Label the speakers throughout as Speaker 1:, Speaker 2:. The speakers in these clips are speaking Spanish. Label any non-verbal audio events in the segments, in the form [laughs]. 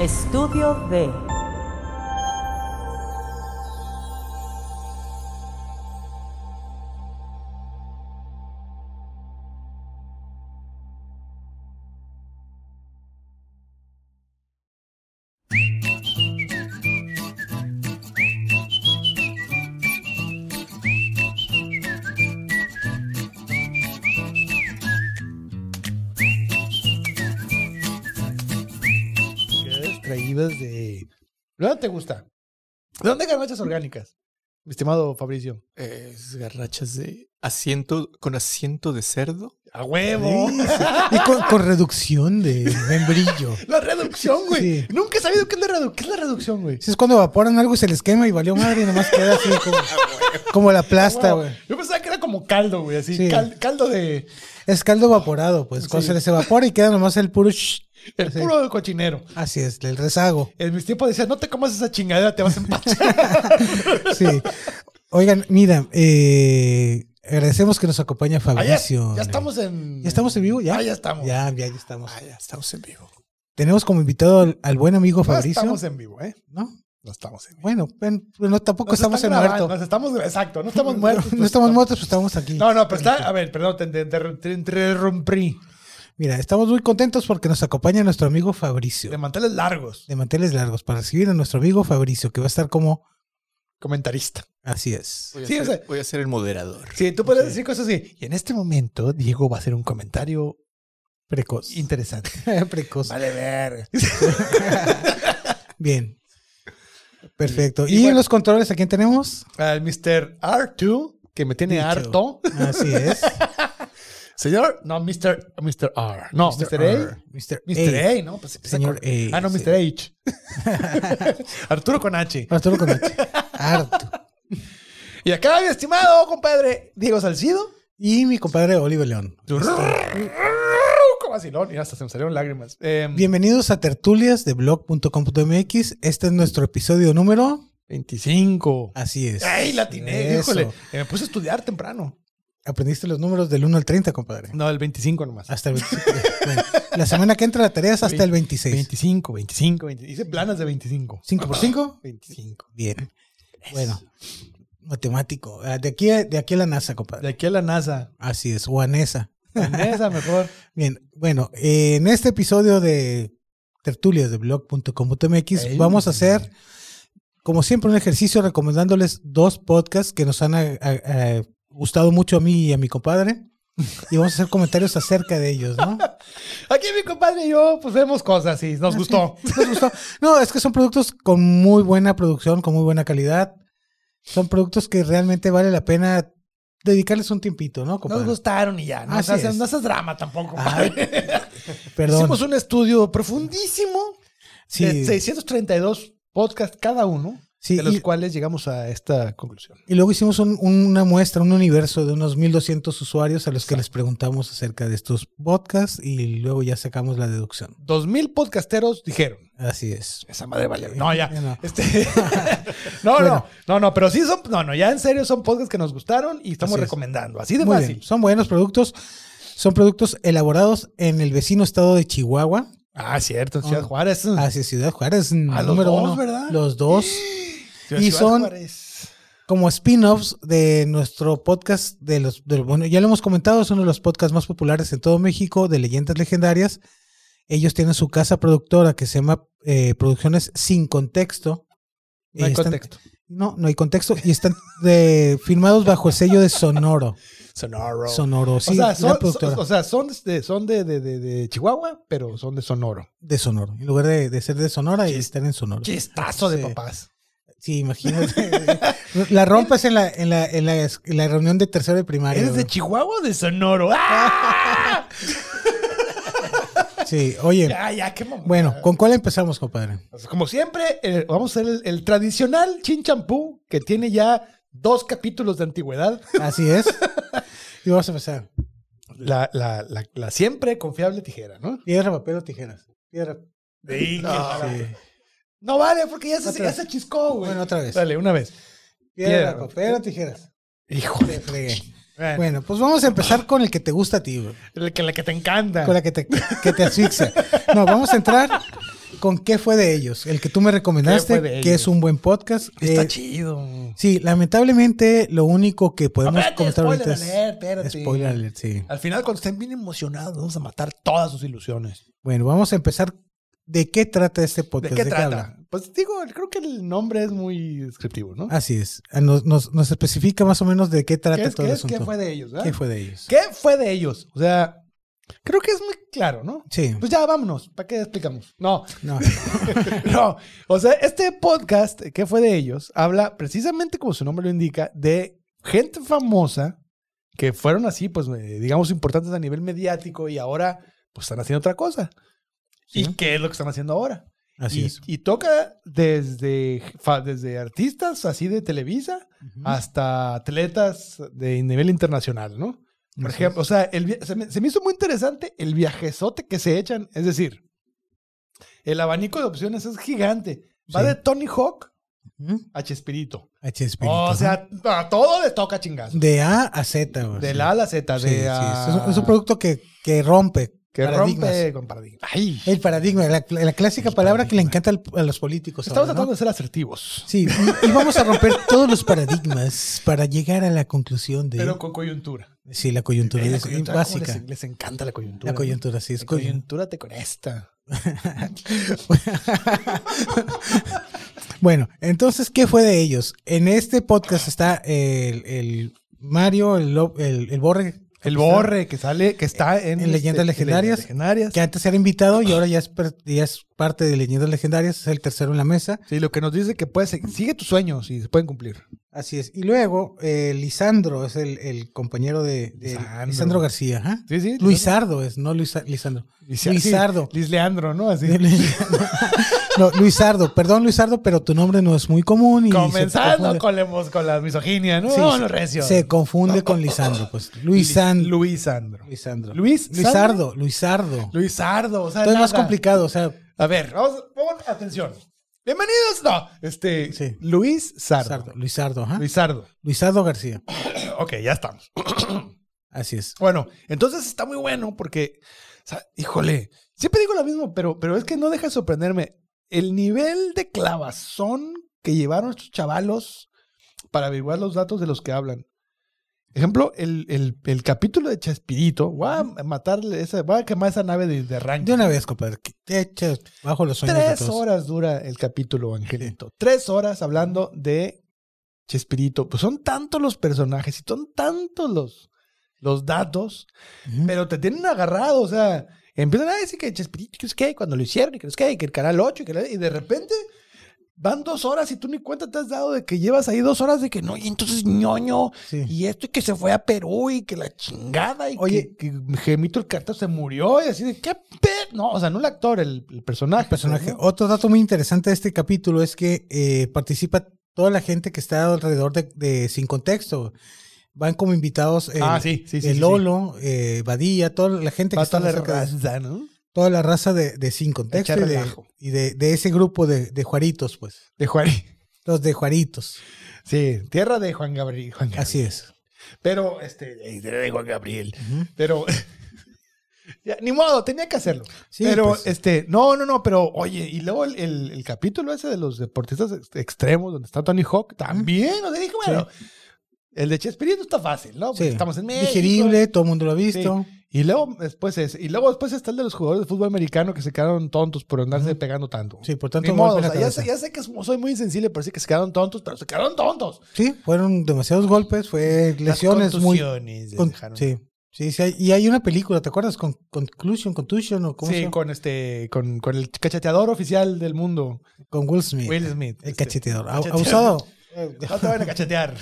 Speaker 1: Estudio de
Speaker 2: traídas de. ¿De dónde te gusta? ¿De dónde garnachas orgánicas? Mi estimado Fabricio.
Speaker 3: Es garrachas de asiento con asiento de cerdo.
Speaker 2: ¡A huevo!
Speaker 4: Sí, sí. Y con, con reducción de membrillo.
Speaker 2: La reducción, güey.
Speaker 4: Sí.
Speaker 2: Nunca he sabido qué es la, redu- qué es la reducción, güey.
Speaker 4: Si es cuando evaporan algo y se les quema y valió madre y nomás queda así
Speaker 2: [laughs]
Speaker 4: como,
Speaker 2: Ah,
Speaker 4: como la plasta,
Speaker 2: Wow.
Speaker 4: güey.
Speaker 2: Yo pensaba que era como caldo, güey. Así,
Speaker 4: Sí.
Speaker 2: cal- caldo de.
Speaker 4: Es caldo evaporado, pues. Cuando se les evapora y queda nomás el puro... sh-
Speaker 2: El
Speaker 4: Sí.
Speaker 2: puro cochinero.
Speaker 4: Así es, el rezago.
Speaker 2: En mis tiempos decía, no te comas esa chingadera, te vas a empachar.
Speaker 4: Sí. Oigan, mira, eh, agradecemos que nos acompaña
Speaker 2: Ah, ya,
Speaker 4: Fabricio.
Speaker 2: ya estamos en.
Speaker 4: ¿Ya estamos en vivo, ya.
Speaker 2: Ah, ya estamos.
Speaker 4: Ya, ya, ya estamos.
Speaker 3: Ah, ya estamos en vivo.
Speaker 4: Tenemos como invitado al, al buen amigo
Speaker 2: No
Speaker 4: Fabricio.
Speaker 2: estamos en vivo, ¿eh?
Speaker 4: ¿no?
Speaker 2: No estamos en vivo.
Speaker 4: Bueno, ven, no, tampoco estamos en
Speaker 2: están grabando,
Speaker 4: muerto.
Speaker 2: nos estamos, exacto, no estamos
Speaker 4: [laughs]
Speaker 2: muertos.
Speaker 4: No
Speaker 2: pues,
Speaker 4: estamos muertos, pero estamos aquí.
Speaker 2: No, no, pero está. A ver, perdón, te te- te- te interrumpí.
Speaker 4: Mira, estamos muy contentos porque nos acompaña nuestro amigo Fabricio.
Speaker 2: De manteles largos.
Speaker 4: De manteles largos para recibir a nuestro amigo Fabricio, que va a estar como
Speaker 2: Comentarista.
Speaker 4: así es.
Speaker 3: Voy a,
Speaker 2: Sí,
Speaker 3: ser,
Speaker 2: o sea-
Speaker 3: voy a ser el moderador.
Speaker 2: Sí, tú puedes decir cosas así. Y en este momento, Diego va a hacer un comentario
Speaker 4: Precoz.
Speaker 2: interesante.
Speaker 4: Precoz.
Speaker 2: Vale, ver.
Speaker 4: Bien. Perfecto.
Speaker 2: Y
Speaker 4: ¿Y, en
Speaker 2: bueno.
Speaker 4: los controles a quién tenemos?
Speaker 2: Al Mr. R2, que me tiene
Speaker 4: Dicho.
Speaker 2: harto.
Speaker 4: Así es.
Speaker 2: Señor, no, Mr. Mr. R. No, Mr. A.
Speaker 4: Mr.
Speaker 2: Mr.
Speaker 4: A.
Speaker 2: A, ¿no? Pues empieza
Speaker 4: Señor
Speaker 2: con-
Speaker 4: A,
Speaker 2: Ah, no,
Speaker 4: sí.
Speaker 2: Mr.
Speaker 4: [laughs]
Speaker 2: H. [laughs] Arturo con H.
Speaker 4: Arturo con H. Harto.
Speaker 2: Y acá, mi estimado compadre Diego Salcido.
Speaker 4: Y mi compadre Oliver León.
Speaker 2: [laughs] Como vacilón, y hasta se me salieron lágrimas. Eh,
Speaker 4: Bienvenidos a tertulias de blog.com.mx. Este es nuestro episodio número.
Speaker 2: 25.
Speaker 4: Así es.
Speaker 2: ¡Ay, latiné!
Speaker 4: Ah, Eso.
Speaker 2: Híjole, Eh, me puse a estudiar temprano.
Speaker 4: Aprendiste los números del 1 al 30, compadre.
Speaker 2: No, el 25 nomás.
Speaker 4: Hasta el 25. Bueno, la semana que entra la tarea es hasta el 26.
Speaker 2: 25, 25, 20. Hice planas de 25.
Speaker 4: 5 por 5.
Speaker 2: 25.
Speaker 4: Bien. Bueno, matemático. Ah, De aquí, a- de aquí a la NASA,
Speaker 2: De
Speaker 4: compadre.
Speaker 2: aquí a la NASA.
Speaker 4: Así es, Juanesa.
Speaker 2: En esa mejor.
Speaker 4: Bien, bueno, eh, en este episodio de tertulias de blog.com.mx
Speaker 2: Ey.
Speaker 4: vamos a hacer, como siempre, un ejercicio recomendándoles dos podcasts que nos han a- a- a- gustado mucho a mí y a mi compadre. Y vamos a hacer comentarios acerca de ellos, ¿no?
Speaker 2: Aquí mi compadre y yo, pues vemos cosas y nos gustó.
Speaker 4: Nos gustó. No, es que son productos con muy buena producción, con muy buena calidad. Son productos que realmente vale la pena dedicarles un tiempito, ¿no? compadre?
Speaker 2: Nos gustaron y ya. No,
Speaker 4: Así
Speaker 2: haces,
Speaker 4: es.
Speaker 2: no haces drama tampoco.
Speaker 4: Ay,
Speaker 2: compadre.
Speaker 4: Perdón.
Speaker 2: Hicimos un estudio profundísimo de
Speaker 4: Sí,
Speaker 2: 632 podcasts cada uno,
Speaker 4: sí,
Speaker 2: de los
Speaker 4: y,
Speaker 2: cuales llegamos a esta conclusión.
Speaker 4: y luego hicimos un- una muestra, un universo de unos 1200 usuarios a los que les preguntamos acerca de estos podcasts y luego ya sacamos la deducción.
Speaker 2: 2000 podcasteros dijeron.
Speaker 4: Así es.
Speaker 2: Esa madre vale. No,
Speaker 4: [laughs]
Speaker 2: ya.
Speaker 4: Ya no.
Speaker 2: Este, [laughs] no,
Speaker 4: Bueno.
Speaker 2: no, no, no, pero sí son, no, no, ya en serio son podcasts que nos gustaron y estamos
Speaker 4: Así es.
Speaker 2: recomendando. Así de
Speaker 4: Muy
Speaker 2: fácil.
Speaker 4: bien. Son buenos productos. Son productos elaborados en el vecino estado de Chihuahua,
Speaker 2: Ah, cierto, en Ciudad
Speaker 4: Ah.
Speaker 2: Juárez.
Speaker 4: hacia Ciudad Juárez.
Speaker 2: los
Speaker 4: número
Speaker 2: dos,
Speaker 4: uno.
Speaker 2: ¿verdad?
Speaker 4: Los dos.
Speaker 2: Ciudad-
Speaker 4: y
Speaker 2: Ciudad
Speaker 4: son-
Speaker 2: Juárez.
Speaker 4: como spin-offs de nuestro podcast de los de- bueno, ya lo hemos comentado, es uno de los podcasts más populares en todo México de leyendas legendarias. Ellos tienen su casa productora que se llama eh, Producciones Sin Contexto.
Speaker 2: No hay
Speaker 4: Eh, están-
Speaker 2: contexto.
Speaker 4: No, no hay contexto y están de- firmados bajo el sello de Sonoro.
Speaker 2: Sonoro.
Speaker 4: Sonoro, sí,
Speaker 2: o, sea,
Speaker 4: la
Speaker 2: son,
Speaker 4: productora
Speaker 2: son- o sea, son, de, son de, de, de, de Chihuahua, pero son de Sonoro.
Speaker 4: de Sonoro. En lugar de, de ser de Sonora, y
Speaker 2: Chis-
Speaker 4: están en Sonoro.
Speaker 2: Chistazo de
Speaker 4: Sí.
Speaker 2: papás.
Speaker 4: Sí, imagínate. [laughs] la rompes en la, en, la, en, la, en la reunión de tercero de primaria.
Speaker 2: ¿Eres de
Speaker 4: güey.
Speaker 2: Chihuahua o de Sonoro? ¡Ah!
Speaker 4: [laughs] Sí, oye.
Speaker 2: ya, ya, qué mamada.
Speaker 4: Bueno, ¿con cuál empezamos, compadre?
Speaker 2: Como siempre, eh, vamos a hacer el, el tradicional chin champú que tiene ya dos capítulos de antigüedad.
Speaker 4: Así es. Y vamos a empezar.
Speaker 2: La, la, la, la siempre confiable tijera, ¿no?
Speaker 4: Piedra, papel o tijeras. Piedra.
Speaker 2: no,
Speaker 4: sí.
Speaker 2: no vale, porque ya se,
Speaker 4: Otra
Speaker 2: ya
Speaker 4: vez.
Speaker 2: se chiscó, güey.
Speaker 4: Bueno, otra vez.
Speaker 2: Dale, una vez.
Speaker 4: Piedra,
Speaker 2: piedra.
Speaker 4: papel o tijeras.
Speaker 2: Híjole.
Speaker 4: Te fregué.
Speaker 2: Bueno,
Speaker 4: Bueno, pues vamos a empezar con el que te gusta a ti, güey.
Speaker 2: Ah. la que, la que te encanta.
Speaker 4: Con la que te, que te asfixia. No, vamos a entrar ¿Con qué fue de ellos? El que tú me recomendaste,
Speaker 2: ¿Qué fue de
Speaker 4: que es
Speaker 2: ellos?
Speaker 4: un buen podcast.
Speaker 2: Está
Speaker 4: Eh,
Speaker 2: chido.
Speaker 4: sí, lamentablemente lo único que podemos
Speaker 2: Espérate,
Speaker 4: comentar
Speaker 2: spoiler
Speaker 4: ahorita es...
Speaker 2: alert, espérate.
Speaker 4: Spoiler alert, sí.
Speaker 2: Al final, cuando estén bien emocionados, vamos a matar todas sus ilusiones.
Speaker 4: Bueno, vamos a empezar. ¿De qué trata este
Speaker 2: ¿De
Speaker 4: podcast?
Speaker 2: qué
Speaker 4: habla?
Speaker 2: trata? Pues digo, creo que el nombre es muy descriptivo, ¿no?
Speaker 4: Así es. Ah, Nos, nos- nos especifica más o menos de qué trata
Speaker 2: ¿Qué, es-
Speaker 4: todo
Speaker 2: qué
Speaker 4: el
Speaker 2: es- qué
Speaker 4: asunto.
Speaker 2: fue de ellos? ¿verdad?
Speaker 4: ¿Qué fue de ellos?
Speaker 2: ¿Qué fue de ellos? O sea, creo que es muy claro, ¿no?
Speaker 4: Sí.
Speaker 2: Pues ya vámonos, ¿para qué explicamos? No, [laughs]
Speaker 4: No.
Speaker 2: no. O sea, este podcast, ¿qué fue de ellos? Habla precisamente como su nombre lo indica, de gente famosa que fueron así, pues, eh, digamos, importantes a nivel mediático y ahora, pues, están haciendo otra cosa. ¿Y
Speaker 4: Sí.
Speaker 2: qué es lo que están haciendo ahora?
Speaker 4: Así
Speaker 2: y,
Speaker 4: es.
Speaker 2: y toca desde, fa- desde artistas así de Televisa Ah, hasta atletas de nivel internacional, ¿no? Por
Speaker 4: Así
Speaker 2: ejemplo, o sea, el via- se, me, se me hizo muy interesante el viajezote que se echan. Es decir, el abanico de opciones es gigante. Va
Speaker 4: Sí.
Speaker 2: de Tony Hawk
Speaker 4: Ujú.
Speaker 2: a Chespirito.
Speaker 4: H. Espíritu,
Speaker 2: O
Speaker 4: ajá.
Speaker 2: sea, a todo le toca chingazo.
Speaker 4: de A a Z. güey.
Speaker 2: Del A a la Z,
Speaker 4: Sí,
Speaker 2: de
Speaker 4: sí,
Speaker 2: a-
Speaker 4: Es, un, es un producto que, que rompe
Speaker 2: que
Speaker 4: paradigmas.
Speaker 2: rompe con paradigmas. Ay,
Speaker 4: El paradigma, la, la clásica
Speaker 2: El
Speaker 4: palabra que le encanta
Speaker 2: paradigma.
Speaker 4: al- a los políticos.
Speaker 2: estamos
Speaker 4: ahora, ¿no?
Speaker 2: tratando de ser asertivos,
Speaker 4: Sí, y, y vamos a romper todos los paradigmas para llegar a la conclusión de
Speaker 2: pero con coyuntura.
Speaker 4: sí, la coyuntura,
Speaker 2: Eh, la
Speaker 4: es
Speaker 2: coyuntura, ¿cómo
Speaker 4: básica.
Speaker 2: Les, les encanta la
Speaker 4: La
Speaker 2: coyuntura. ¿no?
Speaker 4: coyuntura, sí, es
Speaker 2: La
Speaker 4: coyuntura.
Speaker 2: coyuntura te con esta.
Speaker 4: Bueno, entonces, ¿qué fue de ellos? En este podcast está el, el Mario, el, Lo- el, el Borre,
Speaker 2: El borre que sale, que está eh, en,
Speaker 4: En Leyendas Legendarias.
Speaker 2: Legendarias.
Speaker 4: que antes era invitado y ahora ya es, per- ya es parte de Leyendas Legendarias, es el tercero en la mesa.
Speaker 2: Sí, lo que nos dice que puedes, sigue tus sueños y se pueden cumplir.
Speaker 4: Así es. Y luego, eh, Lisandro es el, el compañero de, de
Speaker 2: Lisandro.
Speaker 4: Lisandro. García. ajá.
Speaker 2: Sí, sí.
Speaker 4: Luisardo es, no Luisa- Lisandro.
Speaker 2: Luisa-
Speaker 4: Luisardo.
Speaker 2: sí, Luis Leandro, ¿no? Así.
Speaker 4: [laughs] No, Luisardo, perdón Luisardo, pero tu nombre no es muy común. Y se
Speaker 2: Comenzando
Speaker 4: confunde-
Speaker 2: con la, emo- con la misoginia, ¿no?
Speaker 4: Sí,
Speaker 2: no,
Speaker 4: sí.
Speaker 2: no, recio.
Speaker 4: Se confunde con Lisandro, pues.
Speaker 2: Luis-
Speaker 4: Luisandro.
Speaker 2: Luisandro.
Speaker 4: Luisandro.
Speaker 2: Luis-
Speaker 4: Luisardo, Luisardo.
Speaker 2: Luisardo, o sea,
Speaker 4: Todo es más
Speaker 2: nada.
Speaker 4: complicado, o sea,
Speaker 2: A ver, vamos, vamos, atención. Bienvenidos, no, este,
Speaker 4: Sí.
Speaker 2: Luis Sardo.
Speaker 4: Luisardo, Luisardo, ajá.
Speaker 2: Luisardo.
Speaker 4: Luisardo García.
Speaker 2: Ok, ya estamos.
Speaker 4: Así es.
Speaker 2: Bueno, entonces está muy bueno porque, o sea, híjole, siempre digo lo mismo, pero, pero es que no deja de sorprenderme el nivel de clavazón que llevaron estos chavalos para averiguar los datos de los que hablan. Ejemplo, el, el- el capítulo de Chespirito, voy a matarle esa, voy a quemar esa nave de, de rancho.
Speaker 4: De una vez, compadre, que te eches bajo los sueños de
Speaker 2: Tres
Speaker 4: todos.
Speaker 2: horas dura el capítulo, Angelito. Tres horas hablando de Chespirito. Pues son tantos los personajes y son tantos los, los datos
Speaker 4: Ujú.
Speaker 2: pero te tienen agarrado, o sea, empiezan a decir que Chespirito, que es que cuando lo hicieron, y que es que, y que el canal 8, y, que la- y de repente van dos horas y tú ni cuenta te has dado de que llevas ahí dos horas de que no, y entonces ñoño,
Speaker 4: Sí.
Speaker 2: y esto, y que se fue a Perú, y que la chingada, y
Speaker 4: Oye.
Speaker 2: que, que Gemito el carta se murió, y así de qué pe-? No, o sea, no el actor, el, el personaje. pues,
Speaker 4: personaje.
Speaker 2: ¿no?
Speaker 4: Otro dato muy interesante de este capítulo es que eh, participa toda la gente que está alrededor de, de Sin Contexto. Van como invitados el,
Speaker 2: ah, sí, sí, sí.
Speaker 4: el
Speaker 2: sí, sí.
Speaker 4: Lolo, eh, Badía, toda la gente que
Speaker 2: Va a
Speaker 4: está
Speaker 2: estar la
Speaker 4: cerca de-
Speaker 2: raza, ¿no?
Speaker 4: toda la raza de, de Sin Contexto
Speaker 2: Echar
Speaker 4: y, de,
Speaker 2: relajo.
Speaker 4: y de- de ese grupo de, de Juaritos, pues.
Speaker 2: De Juan. [laughs]
Speaker 4: Los de Juaritos.
Speaker 2: Sí, tierra de Juan Gabriel. Juan Gabriel.
Speaker 4: Así es.
Speaker 2: Pero, este, eh, tierra de Juan Gabriel.
Speaker 4: Ujú.
Speaker 2: Pero. [laughs] ya, ni modo, tenía que hacerlo.
Speaker 4: Sí,
Speaker 2: pero,
Speaker 4: pues.
Speaker 2: este, no, no, no, pero oye, y luego el, el- el capítulo ese de los deportistas ex- extremos, donde está Tony Hawk, también, o sea, dije, bueno, el de Chespirito está fácil, ¿no? Porque
Speaker 4: Sí.
Speaker 2: estamos en México.
Speaker 4: Digerible, todo el mundo lo ha visto.
Speaker 2: Y luego, después ese, y luego después está el de los jugadores de fútbol americano que se quedaron tontos por andarse pegando tanto.
Speaker 4: Sí, por
Speaker 2: Ni
Speaker 4: tanto,
Speaker 2: modo,
Speaker 4: golpe en la
Speaker 2: o sea, ya,
Speaker 4: cabeza.
Speaker 2: sé, ya sé que soy muy insensible, pero sí que se quedaron tontos, pero se quedaron tontos.
Speaker 4: Sí, fueron demasiados golpes, fue
Speaker 2: Las
Speaker 4: lesiones muy
Speaker 2: contusiones les
Speaker 4: Con-
Speaker 2: dejaron.
Speaker 4: sí, sí, sí, hay- y hay una película, ¿te acuerdas? Con Conclusion, Contusion o cómo se
Speaker 2: Sí,
Speaker 4: llama?
Speaker 2: con este, con, con el cacheteador oficial del mundo,
Speaker 4: Con Will Smith,
Speaker 2: Will Smith.
Speaker 4: el
Speaker 2: este.
Speaker 4: cacheteador, a-
Speaker 2: cacheteador. Eh,
Speaker 4: abusado.
Speaker 2: No te van a cachetear.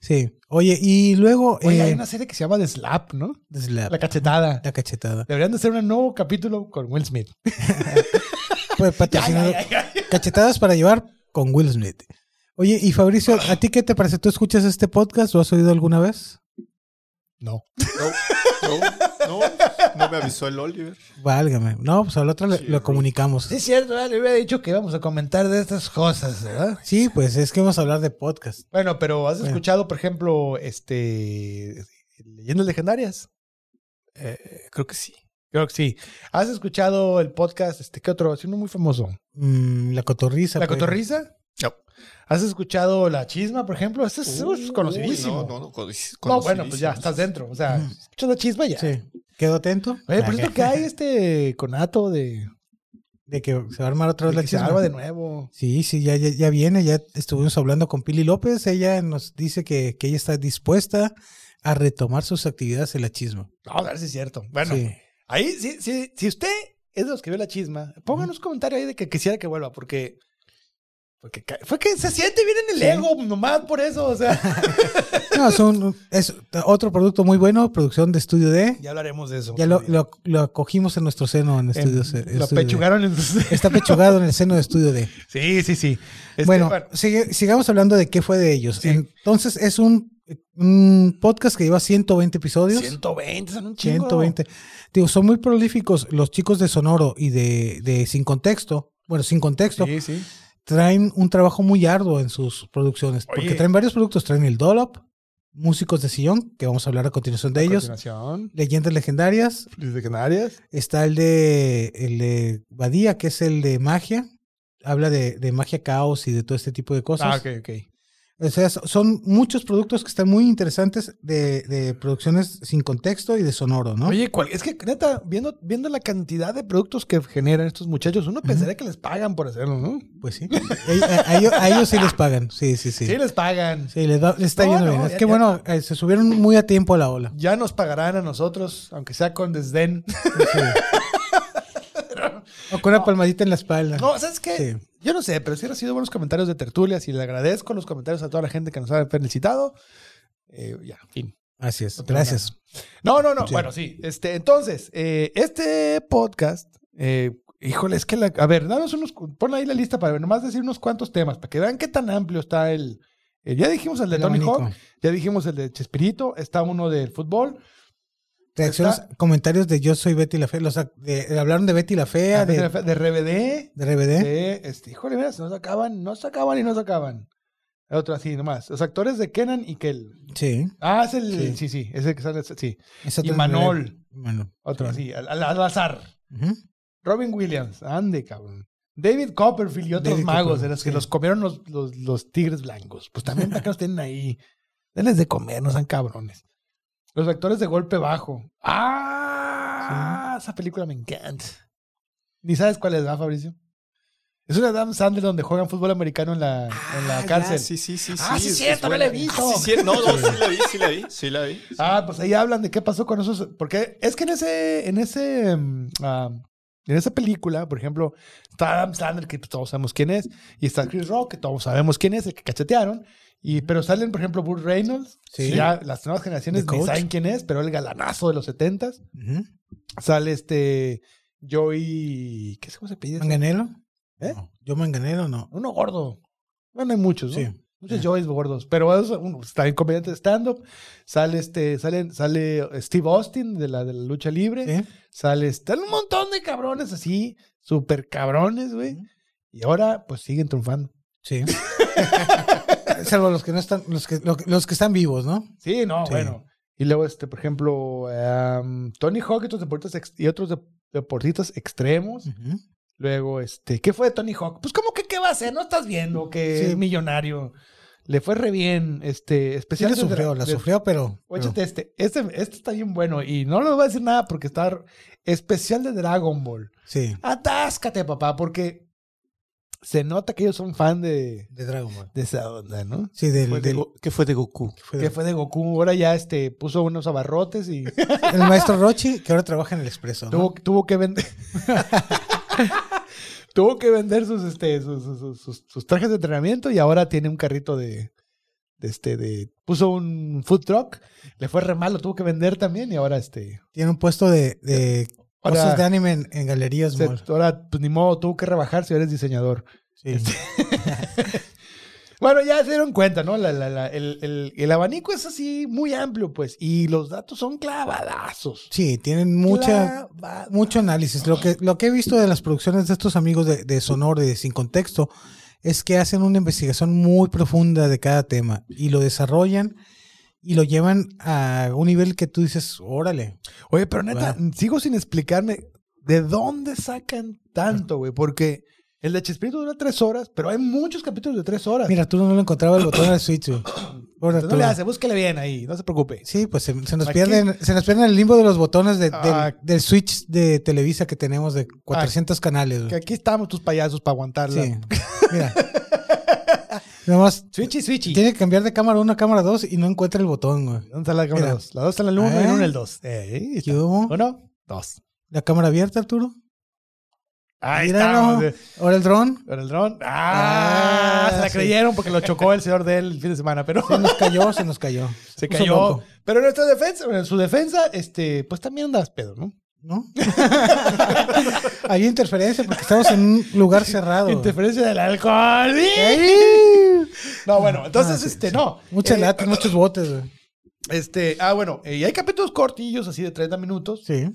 Speaker 4: Sí. Oye, y luego
Speaker 2: Oye,
Speaker 4: eh,
Speaker 2: hay una serie que se llama The Slap, ¿no?
Speaker 4: la,
Speaker 2: La cachetada.
Speaker 4: la
Speaker 2: [laughs]
Speaker 4: cachetada.
Speaker 2: Deberían de hacer un nuevo capítulo con Will Smith.
Speaker 4: Fue
Speaker 2: Ay,
Speaker 4: patrocinado
Speaker 2: ay, ay, ay.
Speaker 4: cachetadas para llevar con Will Smith. Oye, y Fabricio, ¿a ti qué te parece? ¿Tú escuchas este podcast? ¿Lo has oído alguna vez?
Speaker 2: No.
Speaker 3: No, no, no me avisó el Oliver.
Speaker 4: Válgame. No, pues al otro le-
Speaker 3: Sí,
Speaker 4: lo
Speaker 3: Ruth.
Speaker 4: comunicamos.
Speaker 2: Sí, es cierto, ¿verdad? le hubiera dicho que íbamos a comentar de estas cosas, ¿verdad?
Speaker 4: Sí, pues es que vamos a hablar de podcast.
Speaker 2: Bueno, pero ¿has
Speaker 4: Bueno.
Speaker 2: escuchado, por ejemplo, este. Leyendas legendarias?
Speaker 3: Eh, creo que sí.
Speaker 2: Creo que sí. ¿Has escuchado el podcast? Este, ¿Qué otro? Es uno muy famoso.
Speaker 4: Mm, la cotorriza.
Speaker 2: ¿La
Speaker 4: pues.
Speaker 2: cotorriza? No. ¿Has escuchado La Chisma, por ejemplo? Este es,
Speaker 3: Uy,
Speaker 2: es conocidísimo.
Speaker 3: No,
Speaker 2: No,
Speaker 3: no, no, conoc-
Speaker 2: bueno, pues ya, estás dentro. O sea,
Speaker 4: Ujú.
Speaker 2: escuchas La Chisma ya.
Speaker 4: Mm. Sí. ¿Quedó atento?
Speaker 2: Oye, por cierto que hay este conato de,
Speaker 4: De que se va a armar otra vez la
Speaker 2: de que se
Speaker 4: chisma.
Speaker 2: arma de nuevo.
Speaker 4: Sí, sí, ya, ya, ya viene, ya estuvimos hablando con Pili López, ella nos dice que, que ella está dispuesta a retomar sus actividades en la chisma.
Speaker 2: Vamos a ver si es cierto. Bueno,
Speaker 4: Sí.
Speaker 2: ahí, sí, sí, si usted es de los que vio La Chisma, pónganos un comentario ahí de que quisiera que vuelva, porque... Porque ca- fue que se siente bien en el
Speaker 4: Sí.
Speaker 2: ego, nomás por eso, o sea. [laughs]
Speaker 4: No, es, un- es otro producto muy bueno, producción de Estudio D.
Speaker 2: Ya hablaremos de eso.
Speaker 4: Ya lo, eh, lo, lo acogimos en nuestro seno en
Speaker 2: En-
Speaker 4: Estudio C-
Speaker 2: lo
Speaker 4: Estudio D.
Speaker 2: pechugaron en sus-
Speaker 4: Está pechugado en el seno de Estudio D.
Speaker 2: [laughs] Sí, sí, sí. Este,
Speaker 4: bueno, sigue- sigamos hablando de qué fue de ellos.
Speaker 2: Sí.
Speaker 4: Entonces, es un, un podcast que lleva 120 episodios.
Speaker 2: 120, son un chingo.
Speaker 4: 120. Digo, son muy prolíficos los chicos de Sonoro y de, de Sin Contexto. Bueno, Sin Contexto.
Speaker 2: Sí, sí.
Speaker 4: Traen un trabajo muy arduo en sus producciones.
Speaker 2: Oye.
Speaker 4: Porque traen varios productos. Traen el Dollop, Músicos de Sillón, que vamos a hablar a continuación de ellos.
Speaker 2: Continuación.
Speaker 4: Leyendas Legendarias.
Speaker 2: Desde Canarias.
Speaker 4: Está el de, el de Badía, que es el de magia. Habla de, de magia caos y de todo este tipo de cosas.
Speaker 2: Ah, ok, ok.
Speaker 4: O sea, so- son muchos productos que están muy interesantes de, de producciones sin contexto y de sonoro, ¿no?
Speaker 2: Oye, cual- es que neta, viendo, viendo la cantidad de productos que generan estos muchachos, uno pensaría que les pagan por hacerlo, ¿no?
Speaker 4: Pues sí. Ell- A, a ellos, a ellos sí les pagan. Sí, sí, sí.
Speaker 2: Sí,
Speaker 4: Sí,
Speaker 2: les pagan.
Speaker 4: les, va- les está
Speaker 2: No,
Speaker 4: yendo
Speaker 2: no,
Speaker 4: bien.
Speaker 2: ya-
Speaker 4: Es que
Speaker 2: ya-
Speaker 4: bueno, eh, se subieron muy a tiempo a la ola.
Speaker 2: Ya nos pagarán a nosotros, aunque sea con desdén. [laughs]
Speaker 4: O con una palmadita en la espalda.
Speaker 2: No, ¿sabes qué?
Speaker 4: Sí.
Speaker 2: Yo no sé, pero sí han sido buenos comentarios de tertulias y le agradezco los comentarios a toda la gente que nos ha felicitado. Eh, ya, fin.
Speaker 4: Así es.
Speaker 2: No tengo
Speaker 4: Gracias.
Speaker 2: No, no, no.
Speaker 4: Sí.
Speaker 2: Bueno, sí. Este, entonces, eh, este podcast, eh, híjole, es que la. A ver, danos unos. cu- Pon ahí la lista para nomás decir unos cuantos temas, para que vean qué tan amplio está el. el- ya dijimos el de
Speaker 4: El
Speaker 2: Tony
Speaker 4: abanico.
Speaker 2: Hawk, ya dijimos el de Chespirito, está uno del fútbol.
Speaker 4: Reacciones,
Speaker 2: Está-
Speaker 4: comentarios de Yo soy Betty la Fea. Los, ac- de- de- hablaron de Betty la Fea, de, ¿Eh?
Speaker 2: de, de
Speaker 4: de
Speaker 2: RBD.
Speaker 4: RBD.
Speaker 2: De, este, híjole, mira, se nos acaban, no se acaban y no se acaban. Otro así nomás. Los actores de Kenan y Kel.
Speaker 4: Sí.
Speaker 2: Ah, es el. Sí,
Speaker 4: Sí.
Speaker 2: sí, ese que sale. Sí.
Speaker 4: Esa
Speaker 2: Y
Speaker 4: otra-
Speaker 2: Manol.
Speaker 4: Manol.
Speaker 2: Otro
Speaker 4: Sí.
Speaker 2: así, al- al- al azar.
Speaker 4: Ujú.
Speaker 2: Robin Williams, ande, cabrón. David Copperfield y otros
Speaker 4: David
Speaker 2: magos
Speaker 4: Copperfield,
Speaker 2: de los que
Speaker 4: sí.
Speaker 2: los comieron los, los, los tigres blancos. Pues también para que los tienen ahí. Denles de comer, no sean cabrones. Los actores de golpe bajo. ¡Ah! Esa película me encanta. ¿Ni sabes cuál es, va, Fabricio? Es una de Adam Sandler donde juegan fútbol americano en la, en la
Speaker 3: Ah, ya,
Speaker 2: cárcel.
Speaker 3: sí, sí, sí.
Speaker 2: Ah, sí,
Speaker 3: es-
Speaker 2: cierto,
Speaker 3: es
Speaker 2: no la he
Speaker 3: buena.
Speaker 2: visto.
Speaker 3: Sí, cier- no, no, sí la vi, sí la vi, sí la vi.
Speaker 2: Ah, pues ahí hablan de qué pasó con esos. Porque es que en ese, en ese, mm, ah, en esa película, por ejemplo, está Adam Sandler, que pues, todos sabemos quién es, y está Chris Rock, que todos sabemos quién es, el que cachetearon. Y, pero salen, por ejemplo, Burt Reynolds,
Speaker 4: Sí.
Speaker 2: que ya las nuevas generaciones
Speaker 4: The
Speaker 2: ni
Speaker 4: Coach.
Speaker 2: saben quién es, pero el galanazo de los 70
Speaker 4: Ujú.
Speaker 2: Sale este Joey. ¿Qué es cómo se pide?
Speaker 4: ¿Manganelo?
Speaker 2: ¿Eh?
Speaker 4: No. ¿Yo manganelo? No.
Speaker 2: Uno gordo. Bueno, hay muchos, ¿no?
Speaker 4: Sí.
Speaker 2: Muchos
Speaker 4: Ya.
Speaker 2: Joys gordos, pero es un, pues, está bien comediante de stand-up. Sale, este, sale, sale Steve Austin de la, de la lucha libre.
Speaker 4: Sí.
Speaker 2: Sale están un montón de cabrones así, súper cabrones, güey.
Speaker 4: Ujú.
Speaker 2: Y ahora, pues siguen triunfando.
Speaker 4: Sí. [laughs] Salvo los que no están, los que, lo- los que están vivos, ¿no?
Speaker 2: Sí, no,
Speaker 4: Sí.
Speaker 2: bueno. Y luego, este, por ejemplo, em, Tony Hawk y otros deportistas, ex- y otros dep- deportistas extremos. Luego, este, ¿qué fue de Tony Hawk? Pues, ¿cómo que qué va a hacer? ¿No estás viendo que
Speaker 4: Sí.
Speaker 2: es millonario? Le fue re bien, este,
Speaker 4: Sí, la
Speaker 2: especialmente.
Speaker 4: sufrió, la sufrió, pero.
Speaker 2: Óchate este, este, este está bien bueno y no les voy a decir nada porque está r- especial de Dragon Ball.
Speaker 4: pero- Sí,
Speaker 2: Atáscate, papá, porque se nota que ellos son fan de,
Speaker 4: de Dragon Ball.
Speaker 2: de esa onda, ¿no?
Speaker 4: Sí, del.
Speaker 3: Fue de
Speaker 4: del-
Speaker 3: Go- ¿Qué fue de Goku?
Speaker 4: fue de-
Speaker 2: Que fue de Goku, ahora ya este, puso unos abarrotes y
Speaker 4: el maestro Rochi, que ahora trabaja en el Expreso. ¿no?
Speaker 2: tuvo, tuvo que vender. [laughs] tuvo que vender sus, este, sus, sus- sus- sus- sus trajes de entrenamiento y ahora tiene un carrito de. de este, de. Puso un food truck, le fue re mal, lo tuvo que vender también y ahora este.
Speaker 4: Tiene un puesto de, de
Speaker 2: Ahora-
Speaker 4: cosas de anime en, en galerías
Speaker 2: Se-
Speaker 4: mall.
Speaker 2: ahora, pues ni modo, tuvo que rebajar si eres diseñador.
Speaker 4: Sí.
Speaker 2: Bueno, ya se dieron cuenta, ¿no? La- la- la- el, el- el abanico es así muy amplio, pues, y los datos son clavadazos.
Speaker 4: Sí, tienen mucha,
Speaker 2: Clavada-
Speaker 4: mucho análisis. Lo que, lo que he visto de las producciones de estos amigos de, de Sonoro y de Sin Contexto es que hacen una investigación muy profunda de cada tema y lo desarrollan y lo llevan a un nivel que tú dices, órale.
Speaker 2: Oye, pero neta,
Speaker 4: Wow.
Speaker 2: sigo sin explicarme de dónde sacan tanto, güey. Porque el de Chespirito dura tres horas, pero hay muchos capítulos de tres horas.
Speaker 4: Mira, Arturo no le encontraba el botón al Switch, güey. Pobre
Speaker 2: Entonces, no le
Speaker 4: Arturo.
Speaker 2: hace, búsquele bien ahí, no se preocupe.
Speaker 4: Sí, pues se, se nos
Speaker 2: Aquí-
Speaker 4: pierden, se nos pierden el limbo de los botones de- del,
Speaker 2: Ah.
Speaker 4: del Switch de Televisa que tenemos de 400 canales. güey.
Speaker 2: Que aquí estamos tus payasos para aguantarla.
Speaker 4: Sí. [laughs] Mira. Nomás
Speaker 2: Switchy, switchy.
Speaker 4: tiene que cambiar de cámara 1 a cámara 2 y no encuentra el botón, güey.
Speaker 2: ¿Dónde está la cámara
Speaker 4: Mira.
Speaker 2: 2? La 2 está en el 1 y
Speaker 4: Ah.
Speaker 2: en el 2. Eh,
Speaker 4: ¿Qué hubo?
Speaker 2: ¿Uno? Dos.
Speaker 4: La cámara abierta, Arturo.
Speaker 2: Ahí
Speaker 4: Míralo.
Speaker 2: estamos. eh.
Speaker 4: Ahora el dron.
Speaker 2: Con el dron. ¡Ah!
Speaker 4: Ah,
Speaker 2: se la
Speaker 4: sí.
Speaker 2: creyeron porque lo chocó el señor de él el fin de semana, pero
Speaker 4: Se nos cayó, se nos cayó.
Speaker 2: [laughs] se
Speaker 4: puso
Speaker 2: cayó.
Speaker 4: loco.
Speaker 2: Pero en nuestra defensa, en su defensa, este, pues también andabas pedo, ¿no?
Speaker 4: ¿No? [laughs] Había interferencia porque estamos en un lugar cerrado. güey.
Speaker 2: Interferencia del alcohol.
Speaker 4: Ey.
Speaker 2: [laughs] No, bueno, entonces,
Speaker 4: Ah, sí,
Speaker 2: este,
Speaker 4: sí.
Speaker 2: no.
Speaker 4: Muchas
Speaker 2: Eh,
Speaker 4: latas, muchos botes, güey.
Speaker 2: Este, ah, bueno, eh, y hay capítulos cortillos, así de 30 minutos,
Speaker 4: Sí.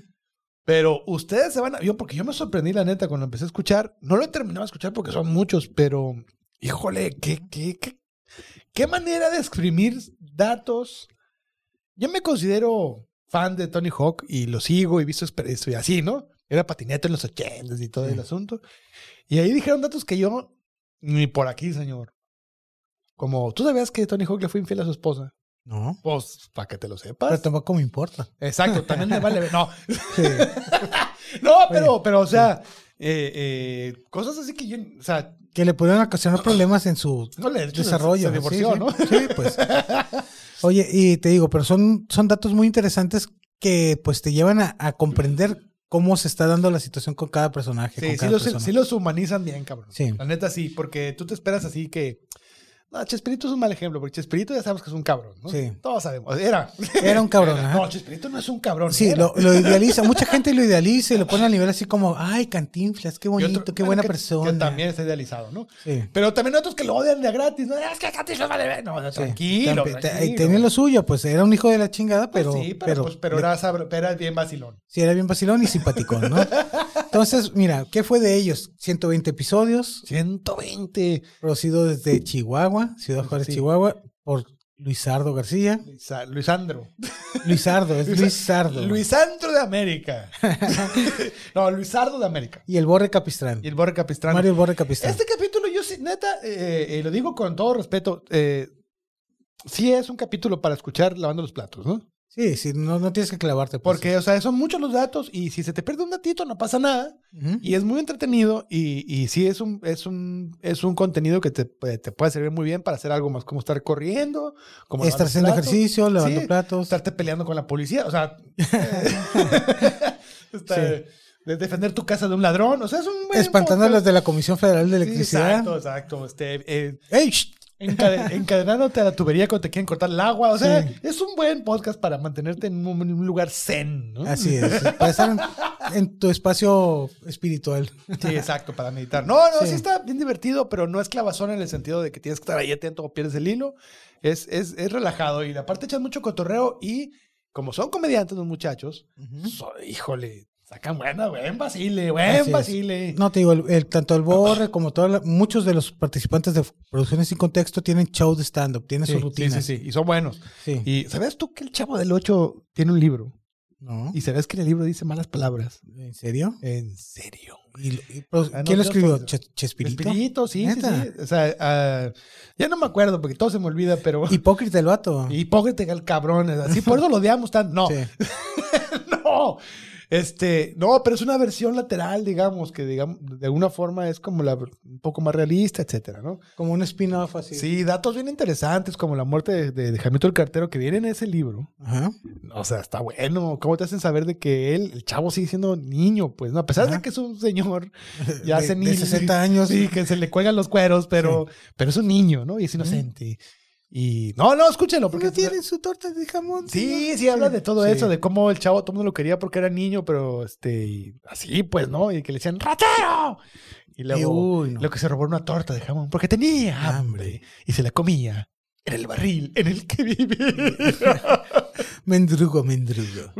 Speaker 2: pero ustedes se van a... Yo, porque yo me sorprendí, la neta, cuando empecé a escuchar. No lo he terminado de escuchar porque son muchos, pero... Híjole, qué, qué, qué, qué manera de exprimir datos. Yo me considero fan de Tony Hawk y lo sigo y visto eso y así, ¿no? Era patinete en los 80 y todo
Speaker 4: Sí.
Speaker 2: el asunto. Y ahí dijeron datos que yo ni por aquí, señor. Como, ¿tú sabías que Tony Hawk le fue infiel a su esposa?
Speaker 4: No.
Speaker 2: Pues, para que te lo sepas.
Speaker 4: Pero tampoco me importa.
Speaker 2: Exacto, también me vale. ver- No,
Speaker 4: Sí.
Speaker 2: [laughs] no, pero, pero, o sea, eh, eh, cosas así que yo, o sea,
Speaker 4: Que le pudieron ocasionar problemas en su
Speaker 2: no le
Speaker 4: desarrollo.
Speaker 2: se divorció,
Speaker 4: sí,
Speaker 2: ¿no?
Speaker 4: sí. Sí, pues. [laughs] Oye, y te digo, pero son, son datos muy interesantes que pues te llevan a, a comprender cómo se está dando la situación con cada personaje. con
Speaker 2: Sí, sí
Speaker 4: cada
Speaker 2: los,
Speaker 4: persona.
Speaker 2: sí los humanizan bien, cabrón.
Speaker 4: Sí.
Speaker 2: La neta sí, porque tú te esperas así que. No, Chespirito es un mal ejemplo, porque Chespirito ya sabemos que es un cabrón, ¿no?
Speaker 4: Sí.
Speaker 2: Todos sabemos. Era.
Speaker 4: Era un cabrón, ajá.
Speaker 2: No, Chespirito no es un cabrón.
Speaker 4: Sí,
Speaker 2: era.
Speaker 4: lo, lo idealiza. Mucha gente lo idealiza y lo pone a nivel así como, ay, Cantinflas, qué
Speaker 2: Y otro-
Speaker 4: bonito, qué
Speaker 2: bueno,
Speaker 4: buena
Speaker 2: que-
Speaker 4: persona.
Speaker 2: Que también está idealizado, ¿no?
Speaker 4: Sí.
Speaker 2: Pero también otros que lo odian de gratis, ¿no? Es que Katy no vale. ver. No, no,
Speaker 4: Sí.
Speaker 2: tranquilo.
Speaker 4: Tampe- te-
Speaker 2: tranquilo.
Speaker 4: Tenía lo suyo, pues era un hijo de la chingada,
Speaker 2: Pues
Speaker 4: pero,
Speaker 2: sí, pero,
Speaker 4: pero,
Speaker 2: pues, pero
Speaker 4: le-
Speaker 2: era, sabro- pero era bien vacilón.
Speaker 4: sí, era bien vacilón y
Speaker 2: [laughs]
Speaker 4: simpaticón, ¿no? Entonces, mira, ¿qué fue de ellos? 120 episodios,
Speaker 2: 120.
Speaker 4: producido desde Chihuahua, Ciudad Juárez,
Speaker 2: Sí.
Speaker 4: Chihuahua, por Luisardo García.
Speaker 2: Luisa- Luisandro.
Speaker 4: Luisardo, es
Speaker 2: [laughs] Luisa-
Speaker 4: Luisardo.
Speaker 2: Luisandro
Speaker 4: [laughs]
Speaker 2: de América. [laughs] no, Luisardo de América.
Speaker 4: Y el Borre Capistrán.
Speaker 2: Y el Borre Capistrano.
Speaker 4: Mario el Borre Capistrán.
Speaker 2: Este capítulo, yo sí, neta, eh, eh, lo digo con todo respeto, eh, sí es un capítulo para escuchar lavando los platos, ¿no?
Speaker 4: Sí, sí, no, no tienes que clavarte. pues.
Speaker 2: Este Porque, o sea, son muchos los datos y si se te pierde un datito no pasa nada
Speaker 4: Ujú.
Speaker 2: y es muy entretenido y, y sí es un, es un, es un contenido que te, puede- te puede servir muy bien para hacer algo más, como estar corriendo, como lavando
Speaker 4: Estar haciendo
Speaker 2: platos,
Speaker 4: ejercicio, lavando
Speaker 2: Sí,
Speaker 4: platos.
Speaker 2: estarte peleando con la policía,
Speaker 4: [laughs]
Speaker 2: o sea, [laughs] está-
Speaker 4: Sí.
Speaker 2: de defender tu casa de un ladrón, o sea, es un buen
Speaker 4: espantando a
Speaker 2: podcast.
Speaker 4: los de la Comisión Federal de
Speaker 2: Sí,
Speaker 4: Electricidad.
Speaker 2: exacto, exacto. Este, eh,
Speaker 4: ¡Ey! shh!
Speaker 2: Encade- [laughs] encadenándote a la tubería cuando te quieren cortar el agua. O sea,
Speaker 4: Sí.
Speaker 2: es un buen podcast para mantenerte en un, en un lugar zen, ¿no?
Speaker 4: Así es.
Speaker 2: Mm.
Speaker 4: Para estar en, en tu espacio espiritual.
Speaker 2: Sí, exacto, para meditar. No, no, sí.
Speaker 4: Sí.
Speaker 2: está bien divertido, pero no es clavazón en el sentido de que tienes que estar ahí atento o pierdes el hilo. Es, es, es relajado y aparte echan mucho cotorreo y como son comediantes los muchachos, so- híjole, sacan buena, buen vacile, buen
Speaker 4: Así es.
Speaker 2: vacile.
Speaker 4: No, te digo, el, el- tanto el Borre como toda la- muchos de los participantes de Producciones Sin Contexto tienen show de stand-up, tienen
Speaker 2: Sí,
Speaker 4: sus
Speaker 2: sí, sí,
Speaker 4: rutinas.
Speaker 2: sí, y son buenos.
Speaker 4: Sí.
Speaker 2: Y ¿sabes tú que el chavo del 8 tiene un libro?
Speaker 4: ¿No?
Speaker 2: Y sabes que en el libro dice malas palabras.
Speaker 4: ¿En serio?
Speaker 2: En serio.
Speaker 4: Y- y- pero,
Speaker 2: Ah, no,
Speaker 4: ¿Quién lo
Speaker 2: yo
Speaker 4: escribió?
Speaker 2: soy-
Speaker 4: Ches- ¿Chespirito?
Speaker 2: Espirito, sí, sí,
Speaker 4: Neta.
Speaker 2: sí. O sea, ah, ya no me acuerdo porque todo se me olvida, pero
Speaker 4: Hipócrita el vato.
Speaker 2: hipócrita el cabrón, es así por eso lo odiamos tanto. No,
Speaker 4: Sí.
Speaker 2: no. Este, no, pero es una versión lateral, digamos, que digamos de alguna forma es como la un poco más realista, etcétera, ¿no?
Speaker 4: Como un spin-off así.
Speaker 2: Sí, datos bien interesantes como la muerte de, de, de Jamito el cartero que viene en ese libro.
Speaker 4: Ajá.
Speaker 2: O sea, está bueno. ¿Cómo te hacen saber de que él, el chavo sigue siendo niño? Pues no, a pesar de
Speaker 4: Ajá.
Speaker 2: que es un señor ya
Speaker 4: de,
Speaker 2: senil.
Speaker 4: de 60 años.
Speaker 2: Sí, que se le cuelgan los cueros, pero, pero es un niño, ¿no? Y es inocente. Y no, no, escúchenlo, porque
Speaker 4: ¿Por qué tienen su torta de jamón?
Speaker 2: Sí,
Speaker 4: señor?
Speaker 2: sí, habla de todo
Speaker 4: Sí.
Speaker 2: eso, de cómo el chavo todo el mundo lo quería porque era niño, pero este, y así pues, ¿no? Y que le decían, ¡ratero! Y
Speaker 4: Y
Speaker 2: luego,
Speaker 4: uy, no. Ah,
Speaker 2: lo que ah, se robó era una torta de jamón, porque tenía hambre y se la comía en el barril en el que vivía.
Speaker 4: Mendrugo,
Speaker 2: [laughs]
Speaker 4: mendrugo.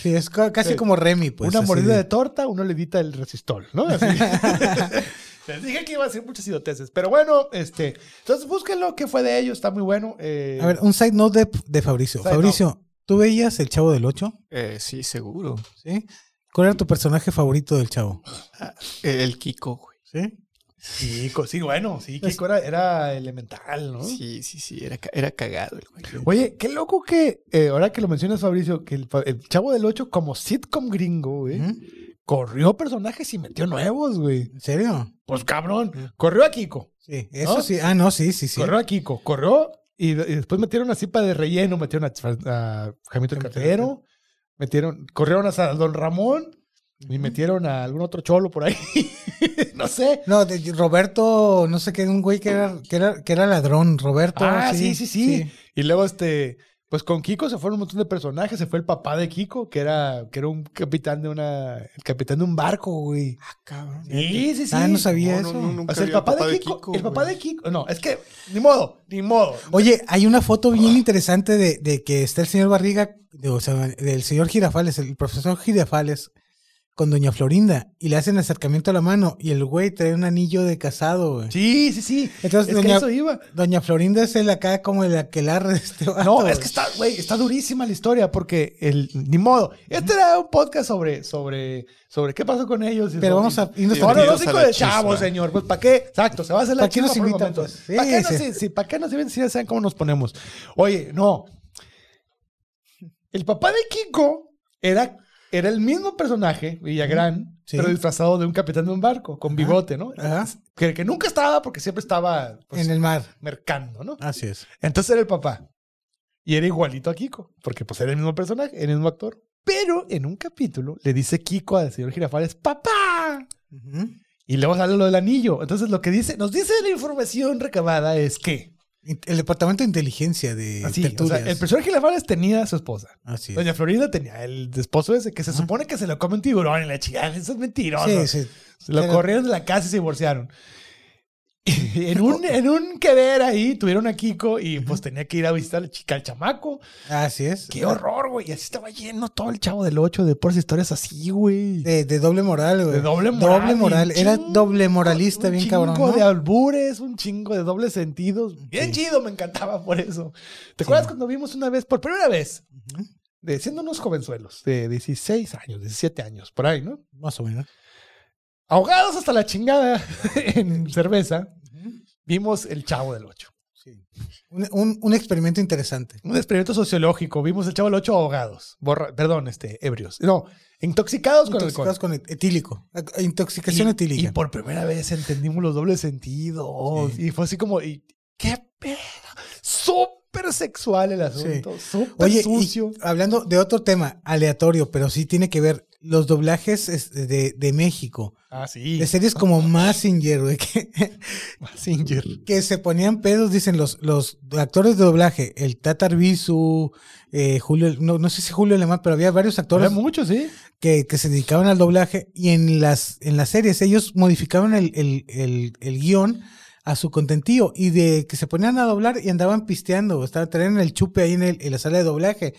Speaker 4: sí, es ca- casi
Speaker 2: Sí.
Speaker 4: como Remy, [laughs] pues.
Speaker 2: una
Speaker 4: así
Speaker 2: mordida de
Speaker 4: de- [laughs]
Speaker 2: torta, uno le edita el resistol, ¿no? Así. [laughs] Les dije que iba a decir muchas idioteces. Pero bueno, este. Entonces búsquenlo, que fue de ellos, está muy bueno. eh,
Speaker 4: A ver, un side note de, de Fabricio.
Speaker 2: Side
Speaker 4: Fabricio, ¿tú veías El Chavo del 8?
Speaker 3: Eh, sí, seguro.
Speaker 4: ¿Sí? ¿Cuál era tu personaje favorito del Chavo?
Speaker 3: Eh, El Kiko, güey.
Speaker 4: ¿Sí?
Speaker 2: Sí, co- sí, bueno, sí,
Speaker 4: Pues
Speaker 2: Kiko era, era elemental, ¿no?
Speaker 3: Sí, sí, sí. Era, ca- era cagado el güey.
Speaker 2: Oye, qué loco que, eh, ahora que lo mencionas, Fabricio, que el, fa- el Chavo del Ocho, como sitcom gringo, güey,
Speaker 4: ¿Mm?
Speaker 2: corrió personajes y metió nuevos, güey.
Speaker 4: ¿En serio?
Speaker 2: Pues cabrón, corrió a Kiko,
Speaker 4: Sí, eso
Speaker 2: ¿No?
Speaker 4: sí. Ah, no, sí, sí, sí.
Speaker 2: corrió a Kiko, corrió y, y después metieron así para de relleno, metieron a, Fra- a Jamito el
Speaker 4: Jamito el
Speaker 2: Cafetero, metieron, corrieron a Don Ramón y metieron a algún otro cholo por ahí, [laughs] no sé.
Speaker 4: No, de Roberto, no sé qué, un güey que era, que era, que era ladrón, Roberto.
Speaker 2: Ah, sí, sí, sí. Y luego, este, pues con Kiko se fueron un montón de personajes. Se fue el papá de Kiko, que era, que era un capitán de una, el capitán de un barco, güey.
Speaker 3: Ah, cabrón.
Speaker 2: Sí, sí, sí.
Speaker 4: Ah, no sabía
Speaker 3: No, no,
Speaker 4: eso.
Speaker 3: no, nunca
Speaker 2: O sea, el
Speaker 3: había
Speaker 2: papá, de Kiko, el papá
Speaker 3: güey.
Speaker 2: de Kiko, no, es que, ni modo, ni modo.
Speaker 4: Oye, hay una foto
Speaker 2: Ah.
Speaker 4: bien interesante de, de que está el señor Barriga, de- o sea, del señor Girafales, el profesor Girafales, con doña Florinda, y le hacen acercamiento a la mano, y el güey trae un anillo de casado, güey.
Speaker 2: Sí, sí, sí.
Speaker 4: Entonces,
Speaker 2: es que
Speaker 4: doña-
Speaker 2: eso iba.
Speaker 4: Doña Florinda es el acá como el aquelarre de este vato,
Speaker 2: No, es que está, güey, está durísima la historia porque el, ni modo. Este era un podcast sobre, sobre, sobre qué pasó con ellos. y sobre-
Speaker 4: Pero vamos a irnos
Speaker 3: Sí,
Speaker 2: No,
Speaker 4: tantito.
Speaker 2: no, no,
Speaker 3: Perdidos
Speaker 2: cinco
Speaker 3: a la
Speaker 2: de chavo,
Speaker 3: chisma.
Speaker 2: señor. Pues, ¿para qué? Exacto, se va a hacer la
Speaker 4: ¿Pa' qué nos
Speaker 2: chisma por un
Speaker 4: invitan,
Speaker 2: momento.
Speaker 4: pues? Sí,
Speaker 2: ¿Para qué,
Speaker 4: sí.
Speaker 2: nos- sí, ¿Para qué nos invitan si ya saben cómo nos ponemos? Oye, no. El papá de Kiko era, era el mismo personaje, Villagrán,
Speaker 4: Sí. Ah.
Speaker 2: pero disfrazado de un capitán de un barco, con bigote, ¿no?
Speaker 4: Ajá,
Speaker 2: Que, que nunca estaba porque siempre estaba pues,
Speaker 4: en el mar.
Speaker 2: mercando, ¿no?
Speaker 4: Así es.
Speaker 2: Entonces era el papá. Y era igualito a Kiko, porque pues era el mismo personaje, el mismo actor. Pero en un capítulo le dice Kiko al señor Girafales, papá.
Speaker 4: Ujú.
Speaker 2: Y luego sale lo del anillo. Entonces lo que dice, nos dice la información recabada es que
Speaker 4: El departamento de inteligencia de
Speaker 2: así, Ah, o sea,
Speaker 4: Eh, Tertulias.
Speaker 2: el personaje Girafales tenía a su esposa.
Speaker 4: Así es.
Speaker 2: Doña Florinda tenía el esposo ese que se
Speaker 4: Ajá.
Speaker 2: supone que se lo come un tiburón y la chingada, eso es mentiroso.
Speaker 4: Sí, sí.
Speaker 2: Se lo
Speaker 4: Pero-
Speaker 2: corrieron de la casa y se divorciaron. [laughs]
Speaker 4: [laughs]
Speaker 2: Y en un, en un que ver ahí tuvieron a Kiko y pues tenía que ir a visitar al chica, al chamaco.
Speaker 4: Así es.
Speaker 2: Qué horror, güey. Y así estaba lleno todo el chavo del 8 de puras historias así, güey.
Speaker 4: De, de doble moral, güey.
Speaker 2: De doble moral.
Speaker 4: Doble moral.
Speaker 2: y
Speaker 4: Era
Speaker 2: chingo-
Speaker 4: doble moralista,
Speaker 2: un
Speaker 4: bien cabrón.
Speaker 2: chingo
Speaker 4: ¿no?
Speaker 2: de albures, un chingo de dobles sentidos. Bien
Speaker 4: Sí.
Speaker 2: chido, me encantaba por eso. ¿Te acuerdas cuando vimos una vez, por primera vez,
Speaker 4: Ujú.
Speaker 2: de, siendo unos jovenzuelos de 16 años, 17 años, por ahí, ¿no?
Speaker 4: Más o menos.
Speaker 2: Ahogados hasta la chingada [laughs] en cerveza, vimos El Chavo del Ocho.
Speaker 4: Sí. Un, un- un experimento interesante.
Speaker 2: Un experimento sociológico. Vimos El Chavo del Ocho ahogados. Borra, perdón, este, ebrios. No, intoxicados, con alcohol.
Speaker 4: Intoxicados con et- etílico. Ac- Intoxicación
Speaker 2: Y-
Speaker 4: etílica.
Speaker 2: Y por primera vez entendimos los dobles sentidos.
Speaker 4: Sí.
Speaker 2: Y fue así como, y, ¿qué pedo? Súper sexual el asunto. Súper
Speaker 4: Oye, y
Speaker 2: sucio.
Speaker 4: hablando de otro tema aleatorio, pero sí tiene que ver los doblajes es, de, de México.
Speaker 2: Ah, sí.
Speaker 4: De series como Massinger, güey, que,
Speaker 2: Mazinger.
Speaker 4: que se ponían pedos, dicen los, los actores de doblaje, el Tatar Bisu, eh, Julio, no, no sé si Julio Alemán, pero había varios
Speaker 2: Había
Speaker 4: actores
Speaker 2: mucho, sí.
Speaker 4: que, que se dedicaban al doblaje y en las, en las series ellos modificaban el, el, el- el guión a su contentío y de que se ponían a doblar y andaban pisteando, estaban traían el chupe ahí en, el- en la sala de doblaje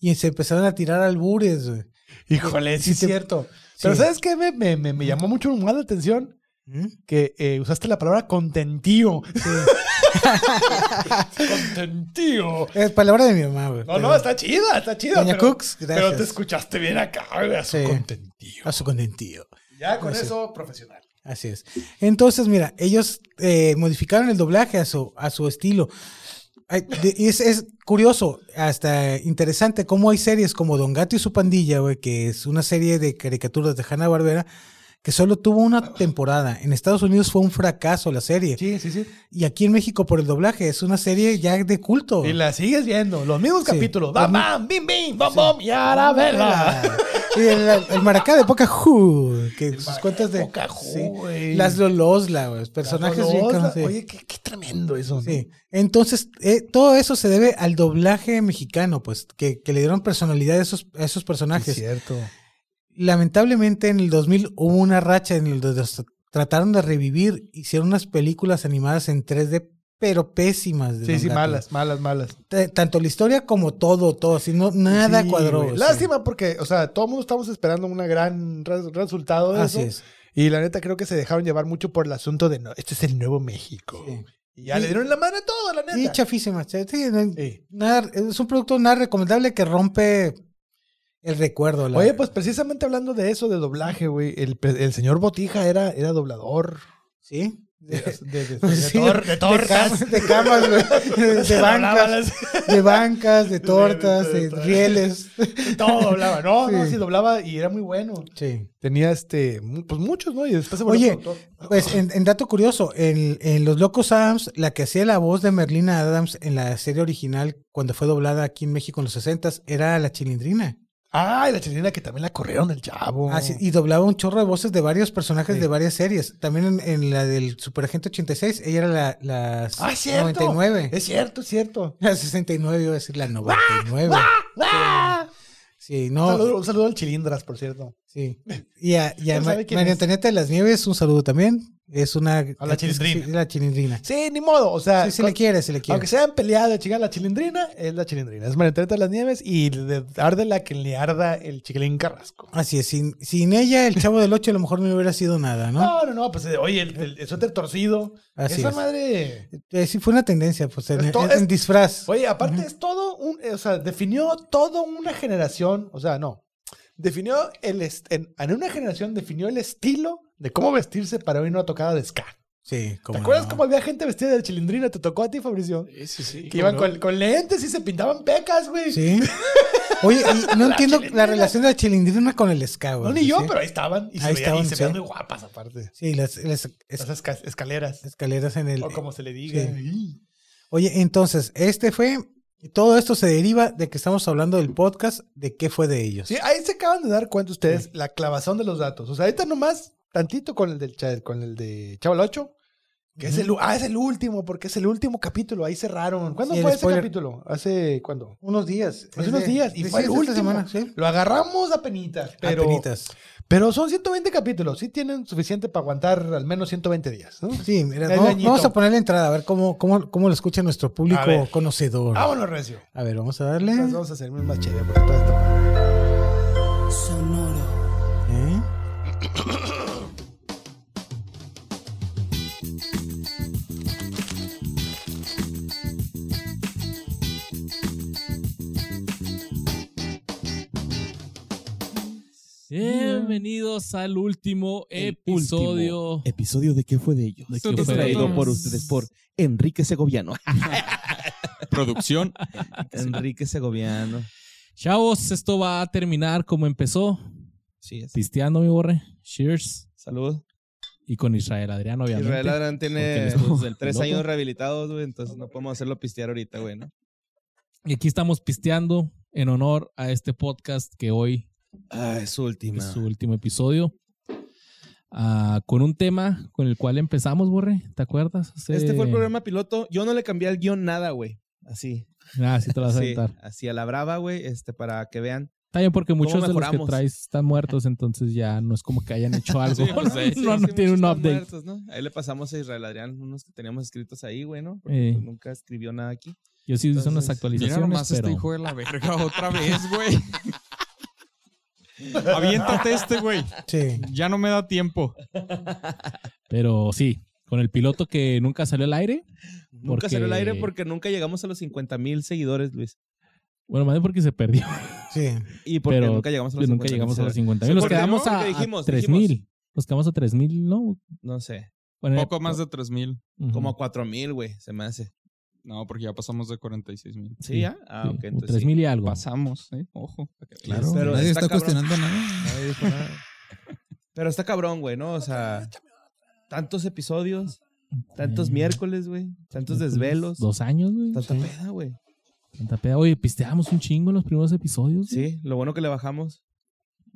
Speaker 4: y se empezaron a tirar albures. güey.
Speaker 2: Híjole, sí,
Speaker 4: Sí,
Speaker 2: es
Speaker 4: te-
Speaker 2: cierto. Pero
Speaker 4: Sí.
Speaker 2: ¿sabes qué? Me, me- me- me llamó mucho más la atención
Speaker 4: ¿Mm?
Speaker 2: que eh, usaste la palabra contentío. [laughs] contentío.
Speaker 4: Es palabra de mi mamá, güey.
Speaker 2: No,
Speaker 4: pero-
Speaker 2: no, está chida, está chida.
Speaker 4: Doña
Speaker 2: pero,
Speaker 4: Cooks,
Speaker 2: pero te
Speaker 4: gracias.
Speaker 2: escuchaste bien acá, güey, a su
Speaker 4: Sí.
Speaker 2: contentío.
Speaker 4: A su contentío.
Speaker 2: Ya con
Speaker 4: Sí.
Speaker 2: eso, profesional.
Speaker 4: Así es. Entonces, mira, ellos eh, modificaron el doblaje a su, a su estilo. Ay, de- y Es, es curioso, hasta interesante, cómo hay series como Don Gato y su pandilla, güey, que es una serie de caricaturas de Hanna Barbera, que solo tuvo una temporada. En Estados Unidos fue un fracaso la serie.
Speaker 2: Sí, sí, sí.
Speaker 4: Y aquí en México por el doblaje, es una serie ya de culto.
Speaker 2: Y la sigues viendo, los mismos
Speaker 4: Oh. Sí.
Speaker 2: capítulos.
Speaker 4: Los
Speaker 2: Bam,
Speaker 4: mi-
Speaker 2: bam, bim, bim, bom, bom, y a la vela.
Speaker 4: [laughs] Y el, el maracá de Poca Ju, que sus cuentas de.
Speaker 2: Pocahú,
Speaker 4: sí.
Speaker 2: güey.
Speaker 4: Las Lolosla, güey, personajes bien
Speaker 2: Dolorosa.
Speaker 4: cabrón, sí.
Speaker 2: Oye, qué, qué tremendo eso. ¿no?
Speaker 4: Sí. Entonces, eh, todo eso se debe al doblaje mexicano, pues, que, que le dieron personalidad a esos, a esos
Speaker 2: Es
Speaker 4: personajes.
Speaker 2: cierto.
Speaker 4: Lamentablemente, en el 2000 hubo una racha en el donde los trataron de revivir, hicieron unas películas animadas en 3D, pero pésimas. de
Speaker 2: Sí,
Speaker 4: Don
Speaker 2: sí,
Speaker 4: Gato.
Speaker 2: malas, malas, malas.
Speaker 4: T- Tanto la historia como todo, todo, así, no, nada
Speaker 2: Sí,
Speaker 4: cuadró.
Speaker 2: güey.
Speaker 4: sí.
Speaker 2: Lástima porque, o sea, todo el mundo estamos esperando un gran res- resultado de
Speaker 4: Así
Speaker 2: eso.
Speaker 4: es.
Speaker 2: Y la neta creo que se dejaron llevar mucho por el asunto de, no, este es el Nuevo México.
Speaker 3: Sí.
Speaker 2: Y ya
Speaker 4: Y-
Speaker 2: le dieron la mano a todo, la neta.
Speaker 4: Sí, chafísima. Sí, no-
Speaker 2: Sí.
Speaker 4: nada- es un producto nada recomendable que rompe el recuerdo. la-
Speaker 2: Oye, pues precisamente hablando de eso, de doblaje, güey, el, pe- el señor Botija era, era doblador.
Speaker 4: Sí.
Speaker 2: De,
Speaker 4: De,
Speaker 2: de- de- de
Speaker 4: [laughs] Pues Sí,
Speaker 2: tor- de tortas.
Speaker 4: cam- de camas, güey.
Speaker 2: [laughs]
Speaker 4: De, de
Speaker 2: Hablaba
Speaker 4: bancas,
Speaker 2: las-
Speaker 4: de bancas, de tortas,
Speaker 2: de-
Speaker 4: de,
Speaker 2: de- de-
Speaker 4: rieles.
Speaker 2: todo doblaba. No, no,
Speaker 4: Sí.
Speaker 2: sí doblaba y era muy bueno.
Speaker 4: Sí.
Speaker 2: Tenía este, mu- pues muchos, ¿no? Y después se volvió
Speaker 4: Oye,
Speaker 2: productor.
Speaker 4: [laughs] Pues en, en dato curioso, en, en Los Locos Adams, la que hacía la voz de Merlina Adams en la serie original cuando fue doblada aquí en México en los 60s era la Chilindrina.
Speaker 2: Ah, y la chilena que también la corrieron el chavo.
Speaker 4: Así- y doblaba un chorro de voces de varios personajes
Speaker 2: Oh. Sí.
Speaker 4: de varias series. También en, en la del Superagente 86, ella era la, la
Speaker 2: Ah, es cierto.
Speaker 4: 99.
Speaker 2: Es cierto, es cierto.
Speaker 4: La 69, iba a decir la 99.
Speaker 2: ¡Ah!
Speaker 4: Sí,
Speaker 2: Un
Speaker 4: no. eh.
Speaker 2: saludo- un saludo al Chilindras, por cierto. [laughs]
Speaker 4: Sí. Y a, y a
Speaker 2: No
Speaker 4: Ma-
Speaker 2: sabe quién
Speaker 4: María
Speaker 2: es.
Speaker 4: Antonieta de las Nieves, un saludo también. Es una.
Speaker 2: A la Chilindrina.
Speaker 4: Sí, la Chilindrina.
Speaker 2: Sí, ni modo. O sea,
Speaker 4: Sí, se le
Speaker 2: con-
Speaker 4: quiere, se le quiere.
Speaker 2: aunque se hayan peleado de chingar la chilindrina, es la chilindrina. Es María Antonieta de las Nieves y de arde la que le arda el chiquilín Carrasco.
Speaker 4: Así es, sin, sin ella el chavo del 8 a lo mejor no hubiera sido nada, ¿no?
Speaker 2: No, no, no, pues eh, oye, el, el- el suéter torcido.
Speaker 4: Así
Speaker 2: esa
Speaker 4: es.
Speaker 2: madre.
Speaker 4: Eh, sí, fue una tendencia, pues, en,
Speaker 2: Es to-
Speaker 4: en- en
Speaker 2: es-
Speaker 4: disfraz.
Speaker 2: Oye, aparte es todo un, eh, o sea, definió toda una generación, o sea, no, definió el, est- en, en una generación definió el estilo de cómo vestirse para ir a una tocada de ska.
Speaker 4: Sí,
Speaker 2: ¿Te
Speaker 4: como.
Speaker 2: acuerdas cómo había gente vestida de chilindrina? Te tocó a ti, Fabricio.
Speaker 3: Sí, sí, sí.
Speaker 2: Que iban
Speaker 3: ¿Cómo no?
Speaker 2: con, con lentes y se pintaban pecas, güey. [laughs]
Speaker 4: Sí. Oye, y no entiendo la
Speaker 2: chilindrina.
Speaker 4: relación de la chilindrina con el ska, güey.
Speaker 2: No, ni yo,
Speaker 4: ¿sí?
Speaker 2: pero ahí estaban. Y se,
Speaker 4: Ahí
Speaker 2: veían, y
Speaker 4: estaban,
Speaker 2: se veían
Speaker 4: sí.
Speaker 2: muy guapas, aparte.
Speaker 4: Sí, las, las es-
Speaker 2: Esas esca- escaleras.
Speaker 4: escaleras en el.
Speaker 2: O como se le diga. Sí.
Speaker 4: Oye, entonces, este fue. Todo esto se deriva de que estamos hablando del podcast, de qué fue de ellos.
Speaker 2: ahí se acaban de dar cuenta ustedes la clavazón de los datos. O sea, ahorita nomás tantito con el del cha- con el de Chaval 8. Que es el, u- ah, es el último, porque es el último capítulo. Ahí cerraron. ¿Cuándo
Speaker 4: Sí, el
Speaker 2: fue
Speaker 4: spoiler.
Speaker 2: ese capítulo? ¿Hace cuándo?
Speaker 4: Unos días.
Speaker 2: Hace
Speaker 4: Es
Speaker 2: Pues unos
Speaker 4: de-
Speaker 2: días, y
Speaker 4: de-
Speaker 2: fue
Speaker 4: sí,
Speaker 2: el
Speaker 4: es esta
Speaker 2: último.
Speaker 4: semana, sí.
Speaker 2: Lo agarramos a penitas, pero,
Speaker 4: Apenitas.
Speaker 2: pero son 120 capítulos. Sí tienen suficiente para aguantar al menos 120 días. ¿no?
Speaker 4: Sí, mira,
Speaker 2: Medio
Speaker 4: no-
Speaker 2: añito.
Speaker 4: vamos a poner la entrada a ver cómo, cómo, cómo lo escucha nuestro público
Speaker 2: A ver.
Speaker 4: conocedor.
Speaker 2: Vámonos, Recio.
Speaker 4: A ver, vamos a darle.
Speaker 2: Entonces vamos a hacer más chévere porque toda esta madre.
Speaker 1: Sonoro.
Speaker 4: ¿Eh?
Speaker 5: Bienvenidos al último episodio.
Speaker 6: Episodio de qué fue de ellos.
Speaker 5: ¿De qué fue de
Speaker 6: traído
Speaker 5: ellos?
Speaker 6: por ustedes por Enrique [laughs] Segoviano.
Speaker 7: Producción.
Speaker 6: Enrique Segoviano.
Speaker 5: Chavos, esto va a terminar como empezó.
Speaker 6: Sí, es.
Speaker 5: Pisteando, mi borre. Cheers.
Speaker 6: Saludos.
Speaker 5: Y con Israel Adrián, obviamente.
Speaker 6: Israel Adrián
Speaker 5: porque él
Speaker 6: tiene
Speaker 5: estuvo desde el
Speaker 6: [laughs] tres
Speaker 5: piloto.
Speaker 6: años rehabilitados, güey, entonces no podemos hacerlo pistear ahorita, güey, ¿no?
Speaker 5: Y aquí estamos pisteando en honor a este podcast que hoy
Speaker 6: Ah, es su última.
Speaker 5: es su último episodio. Ah, con un tema con el cual empezamos, borre. ¿Te acuerdas? Hace-
Speaker 6: Este fue el programa piloto. Yo no le cambié al guión nada, güey. Así.
Speaker 5: Ah, sí, te lo vas a
Speaker 6: así,
Speaker 5: aventar.
Speaker 6: así a la brava, güey, este, para que vean.
Speaker 5: Está bien porque muchos de los que
Speaker 6: mejoramos?
Speaker 5: traes están muertos, entonces ya no es como que hayan
Speaker 6: [laughs]
Speaker 5: hecho algo.
Speaker 6: Sí, pues,
Speaker 5: no,
Speaker 6: ahí
Speaker 5: [laughs]
Speaker 6: sí,
Speaker 5: no,
Speaker 6: sí,
Speaker 5: no
Speaker 6: muchos
Speaker 5: tiene un
Speaker 6: están
Speaker 5: update.
Speaker 6: muertos, ¿no? Ahí le pasamos a Israel Adrián unos que teníamos escritos ahí, güey, ¿no? Porque,
Speaker 5: Eh.
Speaker 6: pues, nunca escribió nada aquí.
Speaker 5: Yo sí hice unas
Speaker 6: Entonces,
Speaker 5: actualizaciones,
Speaker 7: Mira nomás
Speaker 5: pero...
Speaker 7: este hijo de la verga [laughs] otra vez,
Speaker 6: [laughs]
Speaker 7: güey. Aviéntate este, güey.
Speaker 4: Sí.
Speaker 7: Ya no me da tiempo.
Speaker 5: Pero sí, con el piloto que nunca salió al aire.
Speaker 6: Nunca salió al aire
Speaker 5: Porque-
Speaker 6: porque nunca llegamos a los 50 mil seguidores, Luis.
Speaker 5: Bueno, más bien porque se perdió. [laughs]
Speaker 4: Sí.
Speaker 6: Y porque
Speaker 5: Pero pues,
Speaker 6: nunca llegamos a los
Speaker 5: nunca
Speaker 6: 50,000
Speaker 5: llegamos a los
Speaker 6: seguidores.
Speaker 5: 50 mil. Nos
Speaker 6: Porque
Speaker 5: quedamos
Speaker 6: no,
Speaker 5: a,
Speaker 6: porque
Speaker 5: a
Speaker 6: dijimos,
Speaker 5: 3 mil. Nos quedamos a 3 mil, ¿no?
Speaker 6: No sé.
Speaker 5: Bueno, eh,
Speaker 7: Poco más de 3000.
Speaker 5: ujú.
Speaker 6: Como 4 mil, güey, se me hace.
Speaker 7: No, porque ya pasamos de 46000.
Speaker 6: ¿Sí,
Speaker 5: Sí,
Speaker 6: ya? Ah,
Speaker 5: Sí,
Speaker 6: ok.
Speaker 5: o
Speaker 6: Entonces,
Speaker 5: 3 mil y algo.
Speaker 7: Pasamos, ¿eh? Ojo.
Speaker 6: Claro. Pero
Speaker 8: Nadie
Speaker 6: está
Speaker 8: está,
Speaker 6: cabrón.
Speaker 8: cuestionando nada.
Speaker 6: Nadie dijo nada. Pero está cabrón, güey, ¿no? O sea, tantos episodios, tantos
Speaker 5: Eh,
Speaker 6: miércoles, güey, tantos desvelos,
Speaker 5: Dos años, güey.
Speaker 6: tanta
Speaker 5: Sí,
Speaker 6: peda, güey.
Speaker 5: tanta peda. Oye, pisteamos un chingo en los primeros episodios. güey.
Speaker 6: Sí, lo bueno que le bajamos.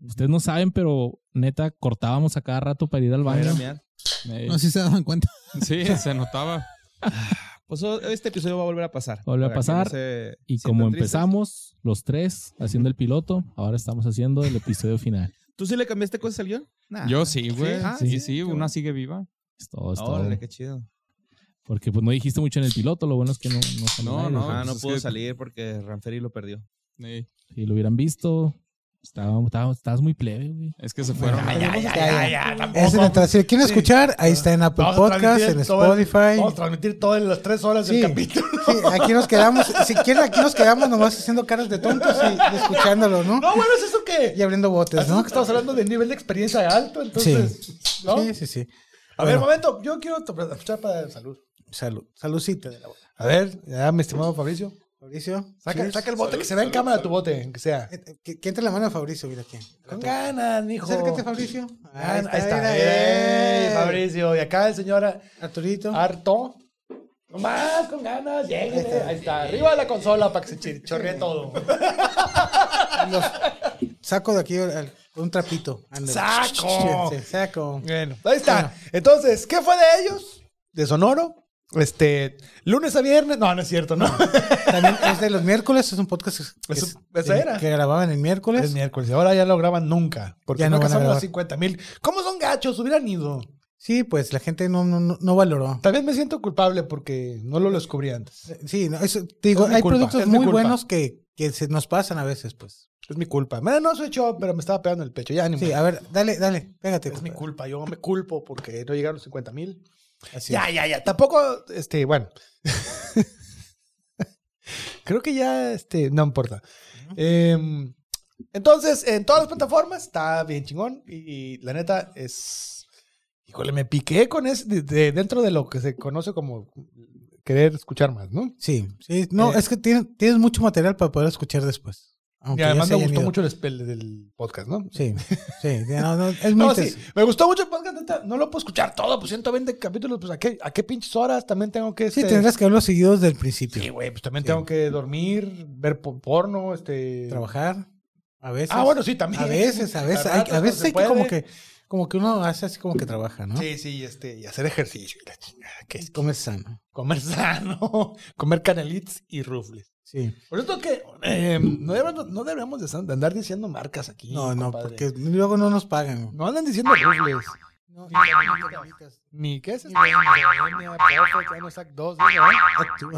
Speaker 5: Ustedes no saben, pero neta, cortábamos a cada rato para ir al
Speaker 6: para ir
Speaker 5: baño.
Speaker 6: a mear.
Speaker 7: Eh,
Speaker 8: No, si se daban cuenta.
Speaker 7: Sí, se notaba.
Speaker 6: Pues o- este episodio va a volver a pasar.
Speaker 5: Volver a
Speaker 6: Para que
Speaker 5: pasar.
Speaker 6: no se
Speaker 5: Y
Speaker 6: sientan
Speaker 5: como
Speaker 6: tristes.
Speaker 5: empezamos los tres haciendo el piloto, ahora estamos haciendo el episodio final.
Speaker 6: ¿Tú sí le cambiaste cosas al guión? Nah.
Speaker 7: Yo sí, güey.
Speaker 6: Ah,
Speaker 7: Sí,
Speaker 6: sí,
Speaker 7: sí,
Speaker 6: qué bueno.
Speaker 7: una sigue viva.
Speaker 5: Es todo, es todo.
Speaker 6: Órale, qué chido.
Speaker 5: Porque pues no dijiste mucho en el piloto, lo bueno es que no, no salió
Speaker 7: No,
Speaker 5: al aire,
Speaker 7: no,
Speaker 5: güey.
Speaker 6: Ah, no
Speaker 7: pues es
Speaker 6: pudo
Speaker 7: que-
Speaker 6: salir porque Ranferi lo perdió.
Speaker 7: Sí.
Speaker 5: Si lo hubieran visto, Estábamos- estábamos- estabas muy plebe, güey.
Speaker 7: Es que se fueron.
Speaker 2: Ay,
Speaker 7: a-
Speaker 2: ay, ay, ay, ay, tampoco.
Speaker 4: Es en el tra- si quieren
Speaker 2: Sí.
Speaker 4: escuchar, ahí está en Apple
Speaker 2: Vamos a
Speaker 4: Podcast, en
Speaker 2: transmitir todo el-
Speaker 4: Spotify.
Speaker 2: Vamos a transmitir todas las tres horas
Speaker 4: Sí.
Speaker 2: del capítulo.
Speaker 4: Sí, aquí nos quedamos. Si quieren, aquí nos quedamos nomás haciendo caras de tontos y, y escuchándolo, ¿no?
Speaker 2: No, bueno, es eso que.
Speaker 4: Y abriendo botes,
Speaker 2: es eso
Speaker 4: ¿no?
Speaker 2: Pues que estamos hablando de nivel de experiencia alto, entonces. ¿no?
Speaker 4: Sí, sí, sí.
Speaker 2: A ver,
Speaker 4: Bueno.
Speaker 2: momento, yo quiero to- aprovechar para salud.
Speaker 4: Salud. Saludcita de la boca.
Speaker 2: A ver, ya, mi estimado Fabricio.
Speaker 4: Fabricio.
Speaker 2: Saca,
Speaker 4: cheers.
Speaker 2: saca el bote, que se vea en cámara tu bote, que sea.
Speaker 4: Eh, Que, que entre la mano de Fabricio, mira aquí.
Speaker 2: Con ganas, mijo.
Speaker 4: Acércate, Fabricio.
Speaker 2: Ah,
Speaker 4: Ahí
Speaker 2: ahí está.
Speaker 4: mira,
Speaker 2: Ey,
Speaker 4: eh.
Speaker 2: Fabricio. Ah, Y acá el señor
Speaker 4: Arturito.
Speaker 2: harto. Más, con ganas, lléguenle. Ahí está. Arriba de la consola para que se chi- chorree todo.
Speaker 4: Los- saco de aquí al- un trapito. Ándale.
Speaker 2: ¡Saco!
Speaker 4: Sí,
Speaker 2: [laughs]
Speaker 4: saco.
Speaker 2: Bueno, ahí está. Entonces, ¿qué fue de ellos? De Sonoro. Este, lunes a viernes. No, no es cierto, ¿no?
Speaker 4: También es de los miércoles, es un podcast que,
Speaker 2: Eso-
Speaker 4: es-
Speaker 2: eso
Speaker 4: de-
Speaker 2: era.
Speaker 4: que grababan el miércoles.
Speaker 2: Es miércoles. Ahora ya lo graban nunca. Porque
Speaker 4: Ya no
Speaker 2: no
Speaker 4: van a
Speaker 2: alcanzaron los
Speaker 4: grabar.
Speaker 2: 50 mil. ¿Cómo son gachos? Hubieran ido.
Speaker 4: Sí, pues la gente no, no, no- no valoró.
Speaker 2: También me siento culpable porque no lo descubrí antes.
Speaker 4: Eh, Sí, no, eso- te digo,
Speaker 2: Es mi
Speaker 4: hay
Speaker 2: culpa,
Speaker 4: productos
Speaker 2: es mi
Speaker 4: muy
Speaker 2: culpa.
Speaker 4: buenos que, que se nos pasan a veces, pues.
Speaker 2: Es mi culpa. Mira, no soy yo, pero me estaba pegando en el pecho. Ya, ni
Speaker 4: Sí,
Speaker 2: modo.
Speaker 4: a ver, dale, dale, pégate.
Speaker 2: Es mi
Speaker 4: compadre.
Speaker 2: culpa. Yo me culpo porque no llegaron los 50 mil.
Speaker 4: Así
Speaker 2: Ya, ya, ya. Tampoco, este, bueno. [laughs] Creo que ya, este, no importa. Em, entonces, en todas las plataformas está bien chingón. Y, y la neta es. Híjole, me piqué con eso dentro de lo que se conoce como querer escuchar más, ¿no?
Speaker 4: Sí, sí, no,
Speaker 2: Eh.
Speaker 4: es que tienes, tienes mucho material para poder escuchar después. Aunque
Speaker 2: y
Speaker 4: ya
Speaker 2: además me
Speaker 4: se hayan
Speaker 2: gustó
Speaker 4: ido.
Speaker 2: mucho el, spell del podcast, ¿no?
Speaker 4: Sí, sí, ya, no, no, es muy
Speaker 2: [laughs] No, sí,
Speaker 4: interesante.
Speaker 2: me gustó mucho el podcast, neta, no lo puedo escuchar todo, pues 120 capítulos, pues a qué, a qué pinches horas también tengo que...
Speaker 4: Sí,
Speaker 2: este,
Speaker 4: tendrás que verlos seguidos del principio.
Speaker 2: Sí, güey, pues también
Speaker 4: Sí.
Speaker 2: tengo que dormir, ver po- porno, este...
Speaker 4: Trabajar, a veces.
Speaker 2: Ah, bueno, sí, también.
Speaker 4: A veces, a veces, hay,
Speaker 2: ratos,
Speaker 4: a veces hay
Speaker 2: cuando se
Speaker 4: que como
Speaker 2: puede.
Speaker 4: que, como que uno hace así como que trabaja, ¿no?
Speaker 2: Sí, sí, este, y hacer ejercicio, y la chingada, que es
Speaker 4: Comes sano.
Speaker 2: comer sano, [laughs] comer canelitos y rufles.
Speaker 4: Sí.
Speaker 2: Por esto que eh, no, deberíamos, no deberíamos de san- de andar diciendo marcas aquí.
Speaker 4: No, no,
Speaker 2: compadre.
Speaker 4: porque luego no nos pagan.
Speaker 2: No andan diciendo rufles.
Speaker 4: No,
Speaker 2: Ni qué es esto. Ya no sac dos, ¿no?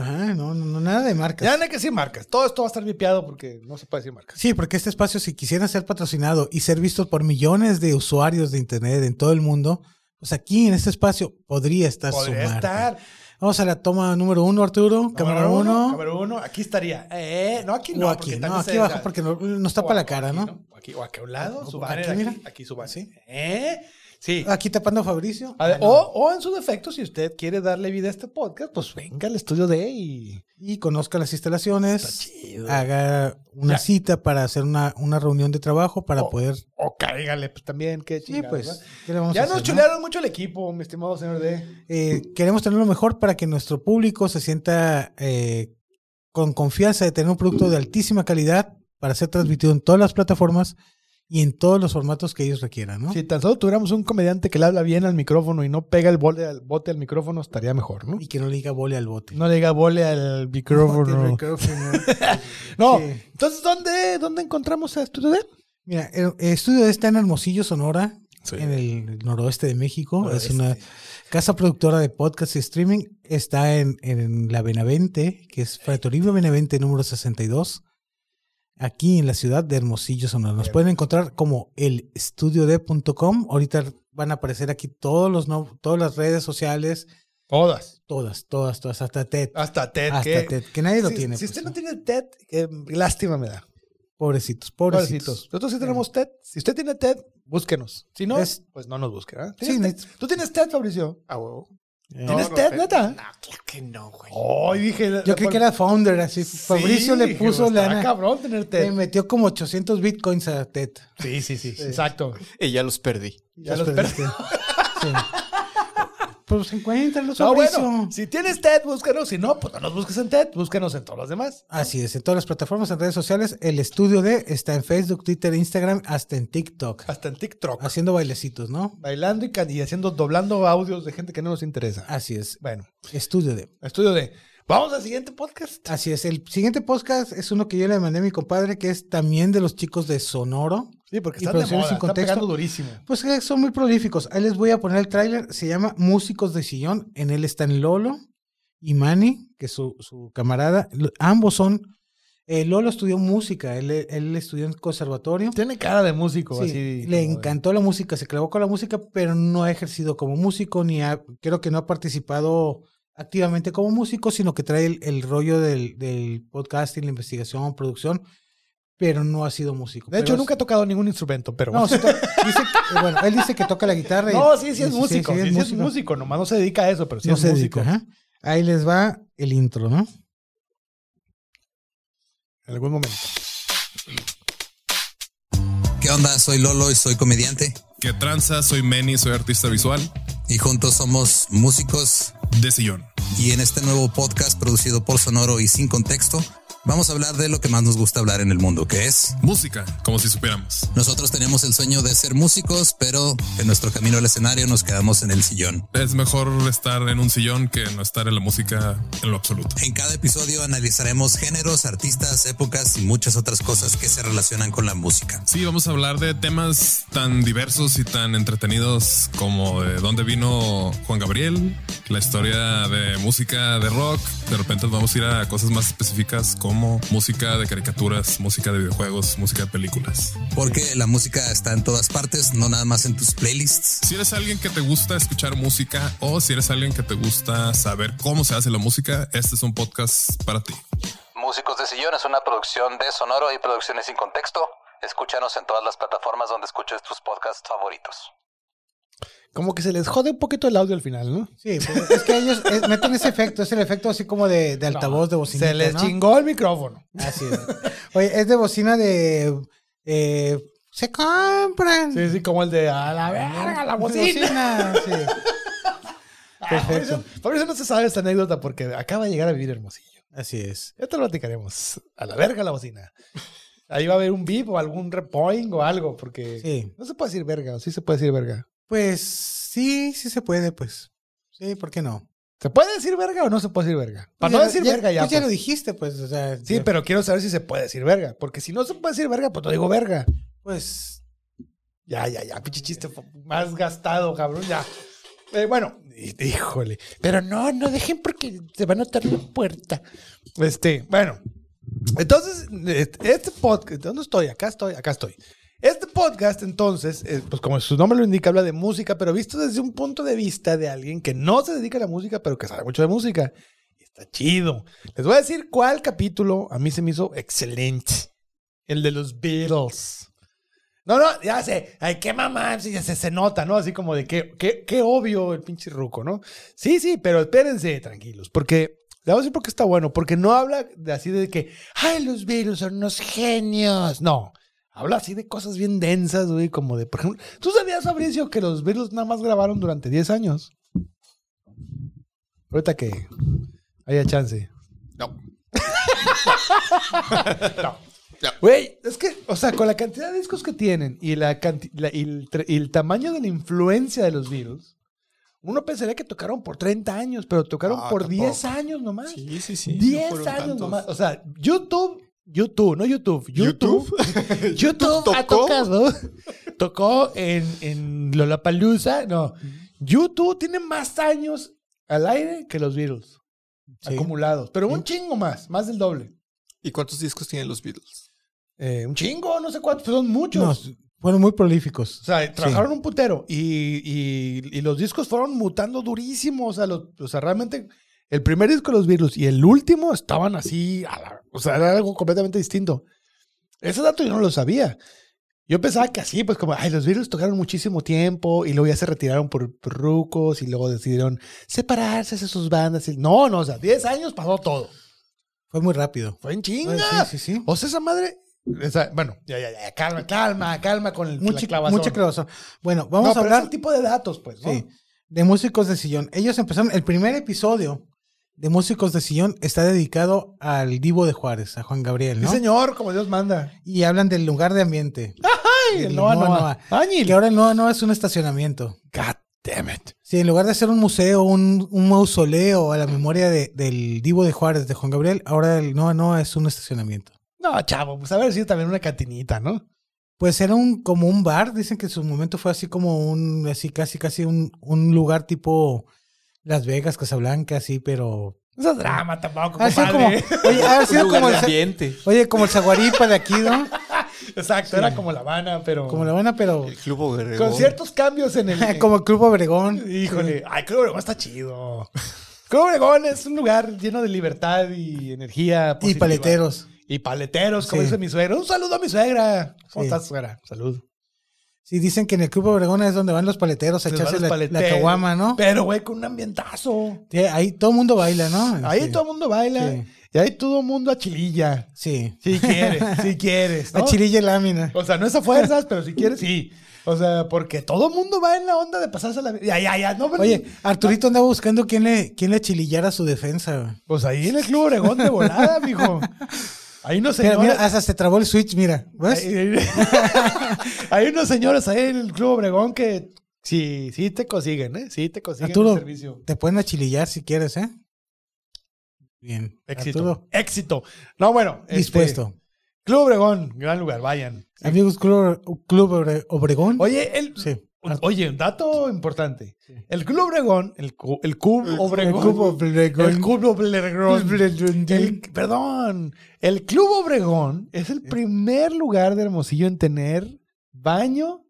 Speaker 4: Ajá, no, no, no, nada de marcas.
Speaker 2: Ya no hay que decir marcas. Todo esto va a estar vipiado porque no se puede decir marcas.
Speaker 4: Sí, porque este espacio, si quisiera ser patrocinado y ser visto por millones de usuarios de Internet en todo el mundo, pues aquí en este espacio podría estar
Speaker 2: Podría
Speaker 4: su marca.
Speaker 2: estar.
Speaker 4: Vamos a la toma número uno, Arturo. cámara uno.
Speaker 2: Cámara uno. Aquí estaría. Eh, no, aquí no.
Speaker 4: o aquí,
Speaker 2: porque
Speaker 4: no,
Speaker 2: también
Speaker 4: aquí
Speaker 2: se-
Speaker 4: abajo, porque no- nos tapa
Speaker 2: o
Speaker 4: la
Speaker 2: aquí,
Speaker 4: cara, ¿no?
Speaker 2: O Aquí, o aquí a un lado.
Speaker 4: O
Speaker 2: su
Speaker 4: aquí,
Speaker 2: banner. Aquí,
Speaker 4: mira.
Speaker 2: aquí, su banner.
Speaker 4: Sí.
Speaker 2: Eh, sí.
Speaker 4: Aquí tapando a Fabricio.
Speaker 2: A ver, oh.
Speaker 4: Ah, no.
Speaker 2: o, o en su defecto, si usted quiere darle vida a este podcast, pues venga al estudio de y.
Speaker 4: Y conozca las instalaciones.
Speaker 2: chido.
Speaker 4: Haga una
Speaker 2: Ya.
Speaker 4: cita para hacer una, una reunión de trabajo para
Speaker 2: O-
Speaker 4: poder.
Speaker 2: O cáigale, pues también, qué
Speaker 4: Sí,
Speaker 2: chingados,
Speaker 4: pues.
Speaker 2: ¿verdad?
Speaker 4: ¿qué le vamos a
Speaker 2: Ya
Speaker 4: hacer,
Speaker 2: nos
Speaker 4: no?
Speaker 2: chulearon mucho el equipo, mi estimado señor D.
Speaker 4: Eh, queremos tener lo mejor para que nuestro público se sienta eh, con confianza de tener un producto de altísima calidad para ser transmitido en todas las plataformas y en todos los formatos que ellos requieran, ¿no?
Speaker 2: Si tan solo tuviéramos un comediante que le habla bien al micrófono y no pega el bole al bote al micrófono, estaría mejor, ¿no?
Speaker 4: Y que no le diga vole al bote.
Speaker 2: No le diga bole al
Speaker 4: Tiene
Speaker 2: micrófono.
Speaker 4: micrófono.
Speaker 2: [laughs] No.
Speaker 4: Sí.
Speaker 2: Entonces, ¿dónde, dónde encontramos a Estudio D?
Speaker 4: Mira, el el estudio D está en Hermosillo, Sonora,
Speaker 2: Sí.
Speaker 4: en el noroeste de México.
Speaker 2: Noroeste.
Speaker 4: Es una casa productora de podcast y streaming. Está en, en la Benavente, que es Frente Toribio Benavente número 62, aquí en la ciudad de Hermosillo, Sonora. Nos
Speaker 2: Bien.
Speaker 4: pueden encontrar como el estudiod.com. Ahorita van a aparecer aquí todos los no- todas las redes sociales,
Speaker 2: Todas.
Speaker 4: todas, todas, todas, hasta TED.
Speaker 2: Hasta TED.
Speaker 4: Hasta
Speaker 2: que,
Speaker 4: TED, que nadie lo
Speaker 2: si,
Speaker 4: tiene.
Speaker 2: Ah, si
Speaker 4: pues,
Speaker 2: usted
Speaker 4: ¿no?
Speaker 2: no tiene TED, eh, lástima me da.
Speaker 4: Pobrecitos,
Speaker 2: Pobrecitos.
Speaker 4: pobrecitos.
Speaker 2: Nosotros sí tenemos TED. Si usted tiene TED, búsquenos. Si no,
Speaker 4: Es-
Speaker 2: pues no nos busque. ¿verdad?
Speaker 4: Sí,
Speaker 2: ¿Tienes TED? ¿Tú tienes TED, Fabricio? Ah, huevo. Oh.
Speaker 4: Eh,
Speaker 2: ¿Tienes
Speaker 7: no
Speaker 2: TED,
Speaker 7: sé.
Speaker 2: neta?
Speaker 4: claro que no, güey.
Speaker 2: Ay, dije.
Speaker 4: Yo creí que era founder, así.
Speaker 2: Sí,
Speaker 4: Fabricio le
Speaker 2: dije,
Speaker 4: puso
Speaker 2: pues, está
Speaker 4: lana.
Speaker 2: cabrón tener TED.
Speaker 4: Le metió como 800 bitcoins a TED.
Speaker 2: Sí, sí, sí. Exacto.
Speaker 3: Y Eh, ya los perdí.
Speaker 2: Ya los perdí.
Speaker 4: Sí. Pues encuéntralos,
Speaker 2: No,
Speaker 4: Fabricio.
Speaker 2: bueno, si tienes TED, búscanos. Si no, pues no nos busques en TED, búscanos en todas las demás.
Speaker 4: Así es, en todas las plataformas, en redes sociales. El estudio de está en Facebook, Twitter, Instagram, hasta en TikTok.
Speaker 2: Hasta en TikTok.
Speaker 4: Haciendo bailecitos, ¿no?
Speaker 2: Bailando y, can- y haciendo, doblando audios de gente que no nos interesa.
Speaker 4: Así es,
Speaker 2: Bueno,
Speaker 4: estudio de.
Speaker 2: estudio de. Vamos al siguiente podcast.
Speaker 4: Así es, el siguiente podcast es uno que yo le mandé a mi compadre, que es también de los chicos de Sonoro.
Speaker 2: Sí, porque
Speaker 4: Y
Speaker 2: están de
Speaker 4: producciones
Speaker 2: moda,
Speaker 4: sin
Speaker 2: están
Speaker 4: contexto.
Speaker 2: pegando durísimo.
Speaker 4: Pues que son muy prolíficos. Ahí les voy a poner el tráiler. Se llama Músicos de Sillón. En él están Lolo y Manny, que es su, su camarada. Lo- ambos son Eh, Lolo estudió música, él, él estudió en conservatorio.
Speaker 2: Tiene cara de músico,
Speaker 4: Sí,
Speaker 2: así.
Speaker 4: le
Speaker 2: como de-
Speaker 4: encantó la música, se clavó con la música, pero no ha ejercido como músico, ni ha- creo que no ha participado activamente como músico, sino que trae el, el rollo del, del podcasting, la investigación, producción, pero no ha sido músico.
Speaker 2: De hecho,
Speaker 4: Pero-
Speaker 2: nunca ha tocado ningún instrumento, pero.
Speaker 4: No, sí to- dice que- bueno, él dice que toca la guitarra. y-
Speaker 2: [laughs] No, sí, sí es
Speaker 4: sí,
Speaker 2: músico.
Speaker 4: sí es
Speaker 2: Sí, sí es
Speaker 4: músico.
Speaker 2: músico. Nomás no se dedica a eso, pero sí
Speaker 4: no
Speaker 2: es
Speaker 4: se
Speaker 2: músico.
Speaker 4: dedica, ajá. Ahí les va el intro, ¿no?
Speaker 2: En algún momento.
Speaker 1: ¿Qué onda? Soy Lolo y soy comediante.
Speaker 8: ¿Qué tranza? Soy Manny, soy artista visual
Speaker 1: Y juntos somos músicos.
Speaker 8: de sillón.
Speaker 1: Y en este nuevo podcast producido por Sonoro y sin contexto, vamos a hablar de lo que más nos gusta hablar en el mundo, que es...
Speaker 8: Música, como si supiéramos.
Speaker 1: Nosotros tenemos el sueño de ser músicos, pero en nuestro camino al escenario nos quedamos en el sillón.
Speaker 8: Es mejor estar en un sillón que no estar en la música en lo absoluto.
Speaker 1: En cada episodio analizaremos géneros, artistas, épocas y muchas otras cosas que se relacionan con la música.
Speaker 8: Sí, vamos a hablar de temas tan diversos y tan entretenidos como de dónde vino Juan Gabriel, la historia de música de rock. De repente nos vamos a ir a cosas más específicas como música de caricaturas, música de videojuegos, música de películas.
Speaker 1: Porque la música está en todas partes, no nada más en tus playlists.
Speaker 8: Si eres alguien que te gusta escuchar música o si eres alguien que te gusta saber cómo se hace la música, este es un podcast para ti.
Speaker 1: Músicos de Sillón es una producción de Sonoro y Producciones sin Contexto. Escúchanos en todas las plataformas donde escuches tus podcasts favoritos.
Speaker 2: Como que se les jode un poquito el audio al final, ¿no?
Speaker 4: Sí, pues, es que ellos eh, meten ese efecto, es el efecto así como de, de altavoz, de bocinita,
Speaker 2: Se les
Speaker 4: ¿no?
Speaker 2: chingó el micrófono.
Speaker 4: Así es. Oye, es de bocina de. eh, se compran.
Speaker 2: Sí, sí, como el de a la verga, la bocina. [laughs]
Speaker 4: Bocina, sí.
Speaker 2: Ah,
Speaker 4: Perfecto.
Speaker 2: Fabricio- Fabricio no se sabe esta anécdota porque acaba de llegar a vivir Hermosillo.
Speaker 4: Así es.
Speaker 2: Ya te lo platicaremos. A la verga la bocina. Ahí va a haber un beep o algún repoing o algo porque
Speaker 4: Sí.
Speaker 2: no se puede decir verga, o sí se puede decir verga.
Speaker 4: Pues sí, sí se puede, pues. Sí, ¿por qué no?
Speaker 2: ¿Se puede decir verga o no se puede decir verga? Para
Speaker 4: Pues
Speaker 2: no
Speaker 4: ya-
Speaker 2: decir verga ya.
Speaker 4: Pues ya
Speaker 2: pues.
Speaker 4: lo dijiste, pues. O sea,
Speaker 2: Sí,
Speaker 4: ya-
Speaker 2: pero quiero saber si se puede decir verga, porque si no se puede decir verga, pues no digo verga.
Speaker 4: Pues.
Speaker 2: Ya, ya, ya, pinche chiste fo- más gastado, cabrón, ya. Eh, bueno, hí- híjole. Pero no, no dejen porque se va a notar la puerta. Este, bueno. Entonces, et- este podcast, ¿dónde estoy? Acá estoy, acá estoy. Este podcast, entonces, eh, pues como su nombre lo indica, habla de música, pero visto desde un punto de vista de alguien que no se dedica a la música, pero que sabe mucho de música. Está chido. Les voy a decir cuál capítulo a mí se me hizo excelente. El de los Beatles. No, no, ya sé. Ay, qué mamá. sí, ya se, se nota, ¿no? Así como de qué, qué, qué obvio el pinche ruco, ¿no? Sí, sí, pero espérense, tranquilos. Porque, le voy a decir por qué está bueno. Porque no habla de así de que, ay, los virus son unos genios. No. Habla así de cosas bien densas, güey, como de, por ejemplo, ¿tú sabías, Fabricio, que los Beatles nada más grabaron durante 10 años? Ahorita que haya chance.
Speaker 8: No.
Speaker 2: no.
Speaker 8: No.
Speaker 2: Güey, es que, o sea, con la cantidad de discos que tienen y, la canti- la- y, el, tra- y el tamaño de la influencia de los Beatles, uno pensaría que tocaron por 30 años, pero tocaron
Speaker 3: No,
Speaker 2: por
Speaker 3: tampoco.
Speaker 2: 10 años nomás.
Speaker 3: Sí, sí, sí.
Speaker 2: 10
Speaker 3: fueron
Speaker 2: Ah. años
Speaker 3: tantos.
Speaker 2: nomás. O sea, YouTube, YouTube, no YouTube, YouTube. [laughs] YouTube, ha
Speaker 3: ¿Tocó?
Speaker 2: tocado. [laughs] Tocó en, en Lollapalooza. No, YouTube tiene más años al aire que los Beatles.
Speaker 4: Sí.
Speaker 2: Acumulados. Pero un chingo más, más del doble.
Speaker 3: ¿Y cuántos discos tienen los Beatles?
Speaker 2: Eh, un chingo, no sé cuántos, pero son muchos.
Speaker 4: No, fueron muy prolíficos.
Speaker 2: O sea, trabajaron un putero y, y- y los discos fueron mutando durísimo. O sea, los- o sea, realmente el primer disco de los Beatles y el último estaban así, a la- o sea, era algo completamente distinto. Ese dato yo no lo sabía. Yo pensaba que así, pues como, ay, los Beatles tocaron muchísimo tiempo y luego ya se retiraron por, por rucos y luego decidieron separarse de sus bandas. y- No, no, o sea, 10 años pasó todo.
Speaker 4: Fue muy rápido.
Speaker 2: Fue
Speaker 4: Fue-
Speaker 2: en chinga.
Speaker 4: Sí, sí, sí.
Speaker 2: O sea, esa madre. esa- bueno, ya, ya, ya, calma, calma, calma con el,
Speaker 4: Mucha,
Speaker 2: la clavazón.
Speaker 4: mucha clavazón. Bueno, vamos
Speaker 2: No,
Speaker 4: a
Speaker 2: pero
Speaker 4: hablar.
Speaker 2: es el tipo de datos, pues. ¿no?
Speaker 4: Sí, de Músicos de Sillón. Ellos empezaron, el primer episodio de Músicos de Sillón está dedicado al Divo de Juárez, a Juan Gabriel,
Speaker 2: Sí,
Speaker 4: ¿no?
Speaker 2: señor, como Dios manda.
Speaker 4: Y hablan del lugar de ambiente.
Speaker 2: Ay,
Speaker 4: Del
Speaker 2: Noa,
Speaker 4: Noa,
Speaker 2: Noa.
Speaker 4: Noa.
Speaker 2: Áñil.
Speaker 4: Que ahora no, no es un estacionamiento.
Speaker 2: God damn it.
Speaker 4: Sí, en lugar de ser un museo, un, un mausoleo a la memoria de- del Divo de Juárez, de Juan Gabriel, ahora el no, no es un estacionamiento.
Speaker 2: No, chavo, pues a ver si también una cantinita, ¿no?
Speaker 4: Pues era un, como un bar, dicen que en su momento fue así como un, así casi, casi un, un lugar tipo Las Vegas, Casablanca, así, pero
Speaker 2: No es drama tampoco,
Speaker 4: Ha sido como,
Speaker 2: compadre.
Speaker 4: oye, ha sido como el, za-
Speaker 3: ambiente.
Speaker 4: oye, como el Zaguaripa de aquí, ¿no?
Speaker 2: [laughs] Exacto, era como La Habana, pero.
Speaker 4: Como la buena,
Speaker 2: [laughs]
Speaker 4: pero
Speaker 3: El club Obregón.
Speaker 2: con ciertos cambios en [laughs] el.
Speaker 4: como el Club Obregón.
Speaker 2: Híjole, ay, Club Obregón está chido. Club Obregón es un lugar lleno de libertad y energía.
Speaker 4: Y
Speaker 2: positiva.
Speaker 4: paleteros.
Speaker 2: Y paleteros, como
Speaker 4: Sí.
Speaker 2: dice mi suegra. Un saludo a mi suegra. ¿Cómo
Speaker 4: Sí.
Speaker 2: estás, suegra? Salud.
Speaker 4: Sí, dicen que en el Club Obregón es donde van los paleteros a
Speaker 2: Se
Speaker 4: echarse
Speaker 2: van los
Speaker 4: la, la
Speaker 2: paleteros.
Speaker 4: caguama, ¿no?
Speaker 2: Pues, Pero, güey, con un ambientazo.
Speaker 4: Sí, ahí todo el mundo baila, ¿no?
Speaker 2: Ahí
Speaker 4: Ah, Sí.
Speaker 2: todo el mundo baila.
Speaker 4: Sí.
Speaker 2: Y ahí todo el mundo a chililla.
Speaker 4: Sí. [laughs]
Speaker 2: Si quieres, si quieres. ¿no?
Speaker 4: A chirilla y lámina.
Speaker 2: O sea, no es a fuerzas, pero si quieres, sí. O sea, porque todo mundo va en la onda de pasarse la... Ya, ya, ya, no, pues, pero-
Speaker 4: Oye, Arturito andaba buscando quién le, quién le chilillara su defensa. güey.
Speaker 2: Pues ahí en el Club Oregón de volada, mijo. Hay unos
Speaker 4: Mira,
Speaker 2: señores...
Speaker 4: mira, hasta se trabó el switch, mira. ¿Ves?
Speaker 2: Hay, hay [laughs] unos señores ahí en el Club Obregón que sí, sí te consiguen, ¿eh? Sí te consiguen
Speaker 4: Arturo.
Speaker 2: el servicio.
Speaker 4: Te pueden achilillar si quieres, ¿eh? Bien.
Speaker 2: Éxito.
Speaker 4: Arturo,
Speaker 2: Éxito. No, bueno. este,
Speaker 4: dispuesto.
Speaker 2: Club Obregón, gran lugar, vayan.
Speaker 4: Amigos Club, Club Obre- Obregón.
Speaker 2: Oye, el,
Speaker 4: Sí.
Speaker 2: oye, un dato importante. El Club Obregón, el, cu- el Club
Speaker 4: El
Speaker 2: Obregón.
Speaker 4: Club Obregón.
Speaker 2: El Club Obregón. El- perdón. El Club Obregón es el primer lugar de Hermosillo en tener baño,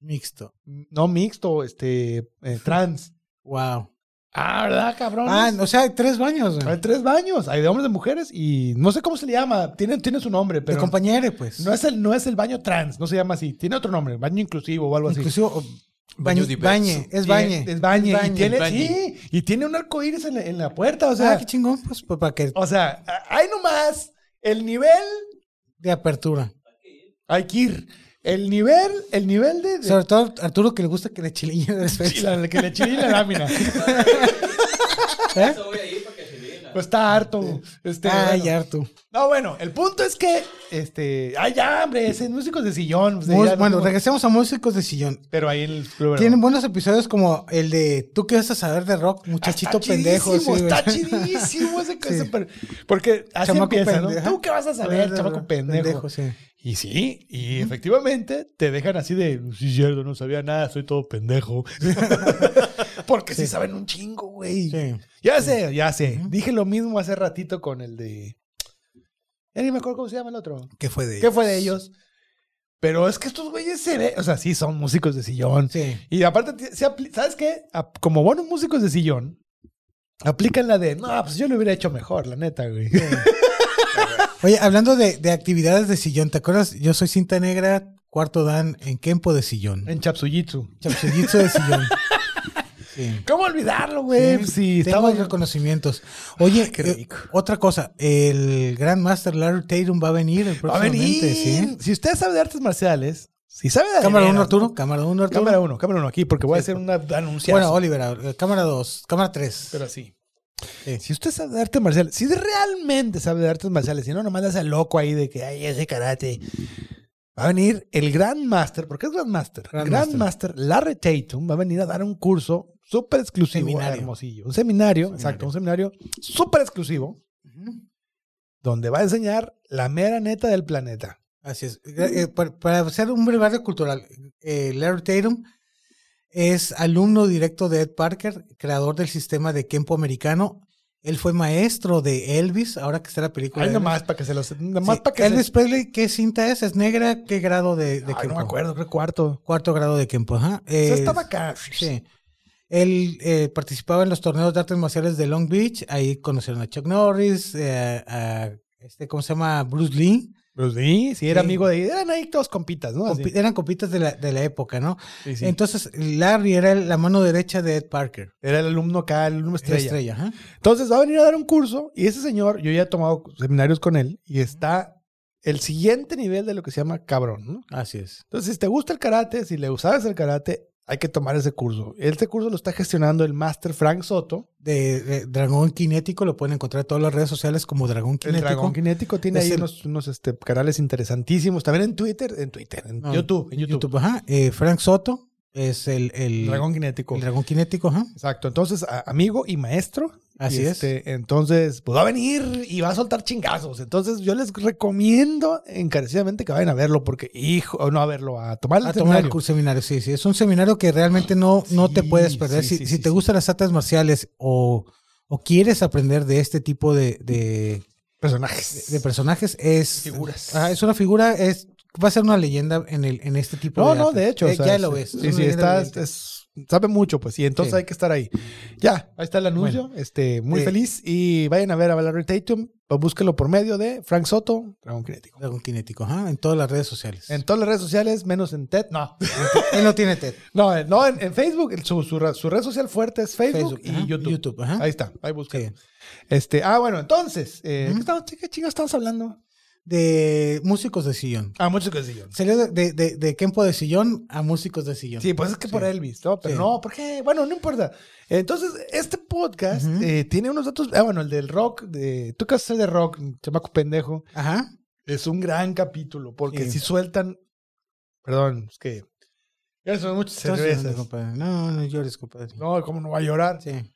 Speaker 4: Mixto.
Speaker 2: no mixto, este, eh, trans.
Speaker 4: Wow.
Speaker 2: Ah, ¿verdad, cabrón?
Speaker 4: Ah, o sea, hay tres baños. güey.
Speaker 2: Hay tres baños, hay de hombres, de mujeres y no sé cómo se le llama, tiene, tiene su nombre,
Speaker 4: De
Speaker 2: pero
Speaker 4: compañeros, pues.
Speaker 2: no es, el, no es el baño trans, no se llama así, tiene otro nombre, baño inclusivo o algo así.
Speaker 4: Incluso o-
Speaker 3: Baño
Speaker 4: bañe-
Speaker 3: diverso.
Speaker 4: bañe, es
Speaker 2: Tiene-
Speaker 4: bañe.
Speaker 2: Es bañe.
Speaker 4: Bañe,
Speaker 2: y, tiene,
Speaker 3: bañe.
Speaker 2: sí, y tiene un arco iris en la, en la puerta. O
Speaker 4: O sea,
Speaker 2: sea, Oh.
Speaker 4: qué chingón, pues, pa- para que
Speaker 2: o sea, a- hay nomás el nivel.
Speaker 4: de apertura.
Speaker 2: Hay que ir. El nivel, el nivel de. de-
Speaker 4: Sobre todo a Arturo que le gusta que le chilille
Speaker 2: [laughs]
Speaker 4: de
Speaker 2: Sí,
Speaker 4: defensa.
Speaker 2: la- la que le chile la lámina.
Speaker 4: ¿Eh?
Speaker 2: Pues está harto. Este,
Speaker 4: Ay,
Speaker 2: bueno.
Speaker 4: Arturo.
Speaker 2: No, bueno, el punto es que. Este, ay, ya, hombre, es en músicos de sillón. o sea,
Speaker 4: Mus-
Speaker 2: ya no
Speaker 4: bueno,
Speaker 2: como-
Speaker 4: regresemos a músicos de sillón.
Speaker 2: Pero ahí en el club.
Speaker 4: Tienen buenos episodios como el de Tú qué vas a saber de rock, muchachito pendejo. sí, güey.
Speaker 2: Está [laughs] chidísimo ese
Speaker 4: Sí.
Speaker 2: ese per- Porque así
Speaker 4: Chamaco
Speaker 2: empieza, ¿no?
Speaker 4: pendejo.
Speaker 2: ¿Tú qué vas a saber, chamaco pendejo?
Speaker 4: sí.
Speaker 2: Y sí, y efectivamente te dejan así de, sí, cierto, no sabía nada, soy todo pendejo. [laughs] Porque sí.
Speaker 4: Sí.
Speaker 2: saben un chingo, güey.
Speaker 4: Sí.
Speaker 2: Ya sé, ya sé. Dije lo mismo hace ratito con el de... Ya ni me acuerdo cómo se llama el otro.
Speaker 4: ¿Qué fue de
Speaker 2: ¿Qué fue de ellos? Pero es que estos güeyes se ve, o sea, sí son músicos de sillón.
Speaker 4: Sí.
Speaker 2: Y aparte, ti- se apli- ¿sabes qué? Ap- Como buenos músicos de sillón, aplican la de, no, pues yo lo hubiera hecho mejor, la neta, güey.
Speaker 4: Oye, hablando de, de actividades de sillón, ¿te acuerdas? Yo soy cinta negra, cuarto dan en Kempo de sillón.
Speaker 2: [laughs] en Chapsuyitsu.
Speaker 4: Chapsujitsu de
Speaker 2: [laughs]
Speaker 4: sillón. Sí.
Speaker 2: ¿Cómo olvidarlo, güey? Pues Sí,
Speaker 4: Tengo
Speaker 2: estaba
Speaker 4: reconocimientos. Oye, eh, otra cosa, el Grand Master Larry Tatum va a venir el
Speaker 2: Va a venir.
Speaker 4: próximamente, ¿sí?
Speaker 2: Si usted sabe de artes marciales, si sabe de.
Speaker 4: Cámara
Speaker 2: de
Speaker 4: 1,
Speaker 2: veras,
Speaker 4: Arturo. Cámara 1, Arturo.
Speaker 2: Cámara 1, cámara 1 aquí, porque voy a
Speaker 4: Sí.
Speaker 2: hacer una anunciación.
Speaker 4: bueno, Oliver, eh, cámara 2, cámara 3.
Speaker 2: pero así.
Speaker 4: Sí.
Speaker 2: Si usted sabe de artes marciales, si realmente sabe de artes marciales, si no, nomás le hace al loco ahí de que ay, ese karate. Va a venir el Grandmaster, porque es Grandmaster.
Speaker 4: Grandmaster.
Speaker 2: Grandmaster Larry Tatum va a venir a dar un curso súper exclusivo a
Speaker 4: Seminario.
Speaker 2: Hermosillo. Un seminario, exacto, un seminario súper exclusivo donde va a enseñar la mera neta del planeta.
Speaker 4: Así es. Eh, eh, para, para hacer un brevario cultural, eh, Larry Tatum es alumno directo de Ed Parker, creador del sistema de Kempo americano. Él fue maestro de Elvis, ahora que está la película.
Speaker 2: Ay,
Speaker 4: de
Speaker 2: nomás para que se los.
Speaker 4: Elvis. Pues,
Speaker 2: Nomás
Speaker 4: Sí,
Speaker 2: para que se-
Speaker 4: Elvis Presley, ¿qué cinta es? ¿Es negra? ¿Qué grado de, de
Speaker 2: Ay,
Speaker 4: Kempo?
Speaker 2: no me acuerdo, creo cuarto.
Speaker 4: Cuarto grado de Kempo, ajá.
Speaker 2: Eso
Speaker 4: Eh,
Speaker 2: estaba acá.
Speaker 4: Sí. Él eh, participaba en los torneos de artes marciales de Long Beach. Ahí conocieron a Chuck Norris, eh, a este, ¿cómo se llama? Bruce Lee.
Speaker 2: Pues sí, sí, era
Speaker 4: Sí.
Speaker 2: amigo de. Eran ahí todos compitas, ¿no? Así.
Speaker 4: Compi- Eran copitas de la, de la época, ¿no?
Speaker 2: Sí, sí.
Speaker 4: Entonces, Larry era el- la mano derecha de Ed Parker.
Speaker 2: Era el alumno acá, el alumno
Speaker 4: Estrella.
Speaker 2: estrella.
Speaker 4: estrella ajá.
Speaker 2: Entonces va a venir a dar un curso y ese señor, yo ya he tomado seminarios con él y está el siguiente nivel de lo que se llama cabrón, ¿no?
Speaker 4: Así es.
Speaker 2: Entonces, si te gusta el karate, si le sabes el karate, hay que tomar ese curso. Este curso lo está gestionando el máster Frank Soto.
Speaker 4: De, de Dragón Kinético lo pueden encontrar en todas las redes sociales como Dragón
Speaker 2: El
Speaker 4: Kinético.
Speaker 2: Dragón Kinético tiene
Speaker 4: Es
Speaker 2: ahí
Speaker 4: el-
Speaker 2: unos, unos, este, canales interesantísimos. También en Twitter, en Twitter, en
Speaker 4: No,
Speaker 2: YouTube, en
Speaker 4: Ah, YouTube.
Speaker 2: YouTube.
Speaker 4: ajá. Eh, Frank Soto es el, el,
Speaker 2: El Dragón Kinético.
Speaker 4: el Dragón Kinético, ajá.
Speaker 2: Exacto. Entonces, a- amigo y maestro.
Speaker 4: Así
Speaker 2: Y,
Speaker 4: es.
Speaker 2: este, Entonces, pues va a venir y va a soltar chingazos. Entonces, yo les recomiendo encarecidamente que vayan a verlo porque, hijo, o no a verlo, a tomar el
Speaker 4: A tomar el
Speaker 2: seminario. Ah,
Speaker 4: curso seminario, sí, sí. Es un seminario que realmente no, no te
Speaker 2: Sí,
Speaker 4: puedes perder.
Speaker 2: sí,
Speaker 4: si
Speaker 2: sí,
Speaker 4: si
Speaker 2: sí,
Speaker 4: te
Speaker 2: sí.
Speaker 4: gustan las artes marciales o, o quieres aprender de este tipo de, de, de-
Speaker 2: Personajes.
Speaker 4: de personajes, es.
Speaker 2: Figuras.
Speaker 4: Ajá, es una figura, es, va a ser una leyenda en, el, en este tipo
Speaker 2: no,
Speaker 4: de.
Speaker 2: no,
Speaker 4: arte.
Speaker 2: de hecho.
Speaker 4: Eh,
Speaker 2: o sea,
Speaker 4: ya
Speaker 2: sí,
Speaker 4: lo ves. es
Speaker 2: Sí,
Speaker 4: una
Speaker 2: sí,
Speaker 4: leyenda
Speaker 2: está,
Speaker 4: viviente.
Speaker 2: es- sabe mucho, pues, y entonces
Speaker 4: Sí.
Speaker 2: hay que estar ahí. Ya, ahí está el anuncio. este, muy
Speaker 4: Eh.
Speaker 2: feliz. Y vayan a ver a Valerie Tatum. o Búsquelo por medio de Frank Soto, Dragón Kinético.
Speaker 4: Dragón Kinético, ajá, en todas las redes sociales.
Speaker 2: En todas las redes sociales, menos en TED. No,
Speaker 4: [laughs] Él no tiene TED.
Speaker 2: [laughs] no, en- no en, en Facebook. Su, su, ra- su red social fuerte es
Speaker 4: Facebook,
Speaker 2: Facebook, y
Speaker 4: ajá,
Speaker 2: YouTube.
Speaker 4: YouTube, ajá.
Speaker 2: Ahí está, ahí búsquelo.
Speaker 4: Sí.
Speaker 2: Este, ah, bueno, entonces, eh,
Speaker 4: Ujú.
Speaker 2: ¿qué, estamos, ¿qué chingados estamos hablando?
Speaker 4: De músicos de sillón.
Speaker 2: Ah, mucho que sí, yo.
Speaker 4: Salió de, de, de, de Kempo de sillón a músicos de sillón.
Speaker 2: Sí, pues es que por
Speaker 4: Sí.
Speaker 2: Elvis, ¿no? Pero
Speaker 4: Sí.
Speaker 2: no, porque, bueno, no importa. Entonces, este podcast
Speaker 4: Ujú.
Speaker 2: eh, tiene unos datos, ah, bueno, el del rock, de, tú que haces de rock, chamaco pendejo,
Speaker 4: Ajá.
Speaker 2: es un gran capítulo, porque
Speaker 4: Sí.
Speaker 2: si sueltan, perdón, es que, ya son muchas
Speaker 4: Estás
Speaker 2: cervezas.
Speaker 4: llorando, compadre. No, no llores, compadre.
Speaker 2: No, ¿cómo no va a llorar?
Speaker 4: Sí. [laughs]